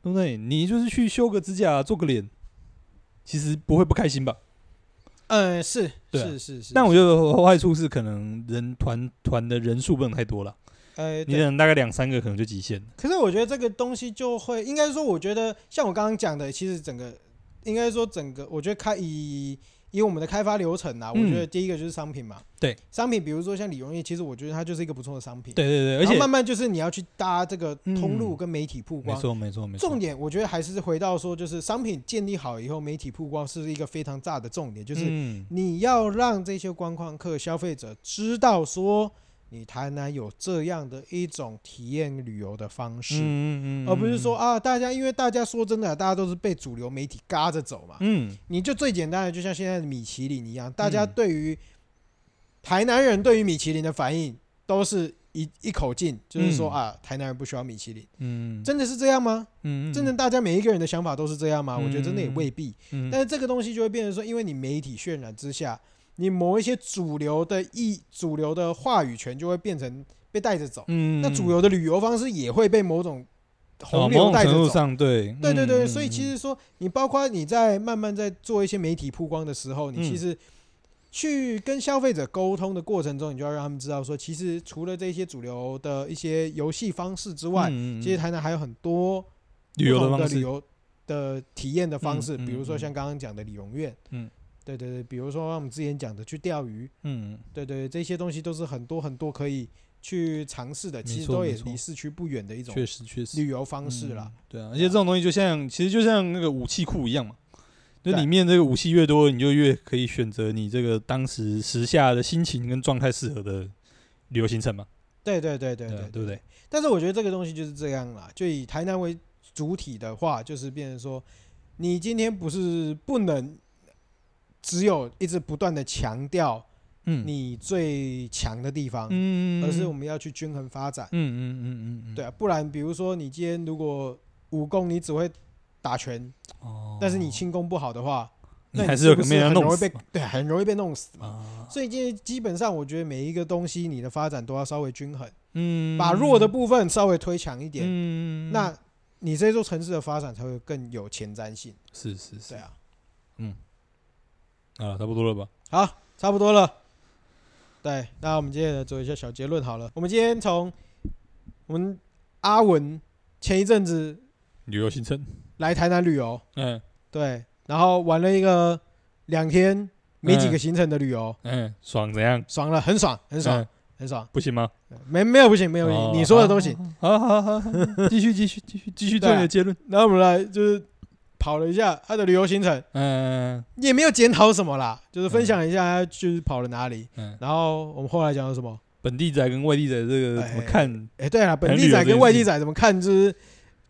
S2: 对不对？你就是去修个指甲、做个脸，其实不会不开心吧？
S1: 嗯，是
S2: 对啊
S1: 是是是，
S2: 但我
S1: 就
S2: 觉得坏处是可能人团团的人数不能太多了，
S1: 呃，
S2: 你
S1: 对
S2: 可能大概两三个可能就极限了。
S1: 可是我觉得这个东西就会，应该说，我觉得像我刚刚讲的，其实整个应该说整个，我觉得开以以我们的开发流程啊，我
S2: 嗯
S1: 觉得第一个就是商品嘛，
S2: 对，
S1: 商品比如说像李荣义，其实我觉得它就是一个不错的商品，，
S2: 对对对，而
S1: 然后
S2: 且
S1: 慢慢就是你要去搭这个通路
S2: 嗯
S1: 跟媒体曝
S2: 没
S1: 光。
S2: 错没错没错，
S1: 重点我觉得还是回到说，就是商品建立好以后，媒体曝光是一个非常大的重点，就是
S2: 嗯
S1: 你要让这些观光客、消费者知道说，你台南有这样的一种体验旅游的方式。
S2: 嗯嗯嗯，
S1: 而不是
S2: 嗯
S1: 说啊，大家因为大家说真的，大家都是被主流媒体嘎着走嘛。
S2: 嗯
S1: 你就最简单的，就像现在的米其林一样，大家
S2: 嗯
S1: 对于、台南人对于米其林的反应都是一一口径，就是说、
S2: 嗯
S1: 啊，台南人不需要米其林，
S2: 嗯
S1: 真的是这样吗？
S2: 嗯嗯
S1: 真的大家每一个人的想法都是这样吗？我觉得真的也未必。
S2: 嗯
S1: 但是这个东西就会变成说，因为你媒体渲染之下，你某一些主流的意、主流的话语权就会变成被带着走。
S2: 嗯
S1: 那主流的旅游方式也会被某种
S2: 哦
S1: 洪
S2: 某
S1: 流
S2: 种
S1: 带着
S2: 程
S1: 走。
S2: 度上对
S1: 对对对，
S2: 嗯
S1: 所以其
S2: 嗯
S1: 实说，你包括你在慢慢在做一些媒体曝光的时候，你其
S2: 嗯
S1: 实去跟消费者沟通的过程中，你就要让他们知道说，其实除了这些主流的一些游戏方式之外，
S2: 嗯嗯嗯
S1: 其实台南还有很多
S2: 旅游
S1: 不
S2: 的
S1: 同的旅
S2: 方式，
S1: 游的体验的方式，
S2: 嗯嗯
S1: 比如说
S2: 嗯
S1: 像刚刚讲的李荣苑，
S2: 嗯，
S1: 对对对，比如说我们之前讲的去钓鱼，
S2: 嗯
S1: 对对对，这些东西都是很多很多可以去尝试的，其
S2: 没
S1: 实
S2: 错
S1: 都
S2: 没
S1: 也
S2: 错
S1: 离市区不远的一种
S2: 确实确实
S1: 旅游方式啦。
S2: 嗯对啊，而且这种东西就像其实就像那个武器库一样嘛，就
S1: 对啊
S2: 里面这个武器越多，你就越可以选择你这个当时时下的心情跟状态适合的旅游行程嘛。
S1: 对对对对
S2: 对啊
S1: 对
S2: 对不对？
S1: 但是我觉得这个东西就是这样啦，就以台南为主体的话，就是变成说，你今天不是不能只有一直不断的强调
S2: 嗯，
S1: 你最强的地方，
S2: 嗯，
S1: 而是我们要去均衡发展。
S2: 嗯嗯嗯嗯嗯，
S1: 对啊，不然比如说你今天如果武功你只会打拳，
S2: 哦，
S1: 但是你轻功不好的话，
S2: 你
S1: 那
S2: 还
S1: 是
S2: 有
S1: 不
S2: 可
S1: 是
S2: 能要
S1: 很容
S2: 弄
S1: 易被
S2: 死嘛
S1: 对很容易被弄死嘛？
S2: 啊，
S1: 所以今天基本上我觉得每一个东西你的发展都要稍微均衡，
S2: 嗯，
S1: 把弱的部分稍微推强一点。
S2: 嗯，
S1: 那你这座城市的发展才会更有前瞻性。
S2: 是是是
S1: 对啊，
S2: 啊，差不多了吧？
S1: 好，差不多了。对，那我们接下来做一下小结论好了。我们今天从我们阿文前一阵子
S2: 旅游行程，
S1: 来台南旅游，
S2: 嗯
S1: 对，然后玩了一个两天没几个行程的旅游，
S2: 嗯，爽怎样？
S1: 爽了，很爽，很
S2: 很
S1: 爽，很爽。
S2: 不行吗？
S1: 没没有不行，没有不
S2: 嗯哦
S1: 行，你说的都行。。
S2: 好好好， 好好继续继续继续继续做
S1: 对啊
S2: 你的结论。
S1: 然后我们来就是跑了一下他的旅游行程，
S2: 嗯
S1: 也没有检讨什么啦，就是分享一下他就是跑了哪里。
S2: 嗯，
S1: 然后我们后来讲到什么？
S2: 本地仔跟外地仔这个怎么看？
S1: 哎、对了，本地仔跟外地仔怎么看就是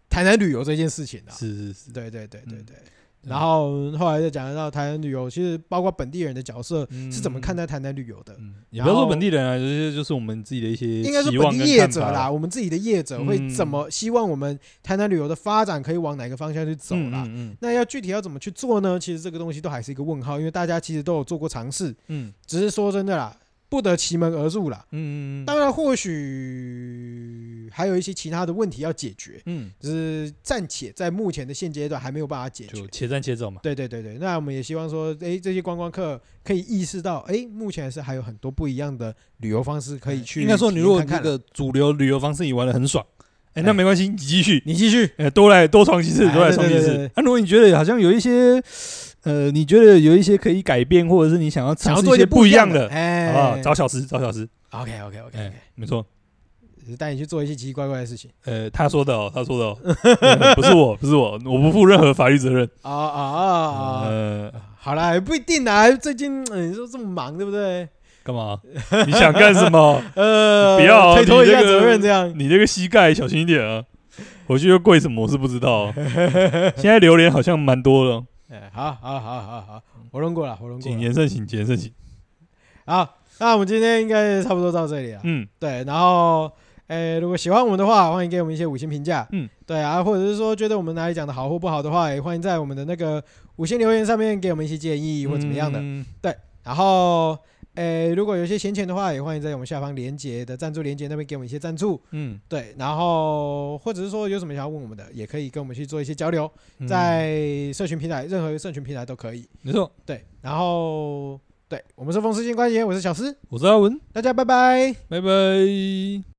S1: 台南旅游这件事情啊？
S2: 是是是，
S1: 对对对对对。
S2: 嗯
S1: 然后后来就讲到台南旅游，其实包括本地人的角色
S2: 嗯
S1: 是怎么看？待台南旅游的，
S2: 嗯，也
S1: 然
S2: 不要说
S1: 后
S2: 本地人啊，就是就是我们自己的一些
S1: 应该说
S2: 期
S1: 本
S2: 望
S1: 地
S2: 跟
S1: 业
S2: 看
S1: 者
S2: 法嗯
S1: 啦，，我们自己的业者会怎么希望我们台南旅游的发展可以往哪个方向去走
S2: 嗯
S1: 啦？
S2: 嗯
S1: 那要具体要怎么去做呢？其实这个东西都还是一个问号，因为大家其实都有做过尝试，
S2: 嗯
S1: 只是说真的啦，不得其门而入啦。
S2: 嗯嗯，
S1: 当然，或许还有一些其他的问题要解决，
S2: 嗯
S1: 就是暂且在目前的现阶段还没有办法解决
S2: 就。且战且走嘛。
S1: 对对对对，那我们也希望说，诶，这些观光客可以意识到，诶，目前是还有很多不一样的旅游方式可以去
S2: 哎应该说，你如果
S1: 体验
S2: 这
S1: 看看啦
S2: 个主流旅游方式你玩的很爽，哎，那
S1: 哎
S2: 没关系，你继续，
S1: 你继续，
S2: 呃，多来多闯几次，
S1: 哎
S2: 多来闯几
S1: 对对对
S2: 次。那啊如果你觉得好像有一些，呃，你觉得有一些可以改变，或者是你想要
S1: 想
S2: 尝
S1: 要
S2: 试
S1: 做
S2: 一些
S1: 不
S2: 不一样
S1: 的，
S2: 的，好不好？
S1: 哎
S2: 找小吃，找小吃，
S1: ，OK OK OK
S2: 哎
S1: OK，，
S2: 没错。
S1: 带你去做一些奇奇怪怪的事情。
S2: 呃，他说的哦，他说的哦， 呃不是我，不是我，我不负任何法律责任。
S1: 啊啊啊！
S2: 呃，
S1: 好啦，也不一定啊，最近呃你说这么忙，对不对？
S2: 干嘛？啊 你想干什么？
S1: 呃，
S2: 不要啊
S1: 推脱一
S2: 你
S1: 下
S2: 这个
S1: 责任，这样。
S2: 你这个膝盖小心一点啊！回去又贵什么？我是不 知道。啊现在榴莲好像蛮多的哦，
S1: 哎，好好好好好，活动过了，活动过
S2: 谨
S1: 了。
S2: 言慎行，谨言慎行。
S1: 好，那我们今天应该差不多到这里了。
S2: 嗯，
S1: 对，然后，诶、如果喜欢我们的话，欢迎给我们一些五星评价。
S2: 嗯，
S1: 对啊，或者是说觉得我们哪里讲的好或不好的话，也欢迎在我们的那个五星留言上面给我们一些建议或怎么样的。
S2: 嗯
S1: 然后，诶、如果有一些闲钱的话，也欢迎在我们下方连接的赞助连接那边给我们一些赞助。
S2: 嗯，
S1: 对，然后或者是说有什么想要问我们的，也可以跟我们去做一些交流，
S2: 嗯
S1: 在社群平台，任何社群平台都可以。
S2: 没错，
S1: 对，然后，对我们是风湿性关节炎，我是小诗，
S2: 我是阿文，
S1: 大家拜拜。
S2: 拜拜。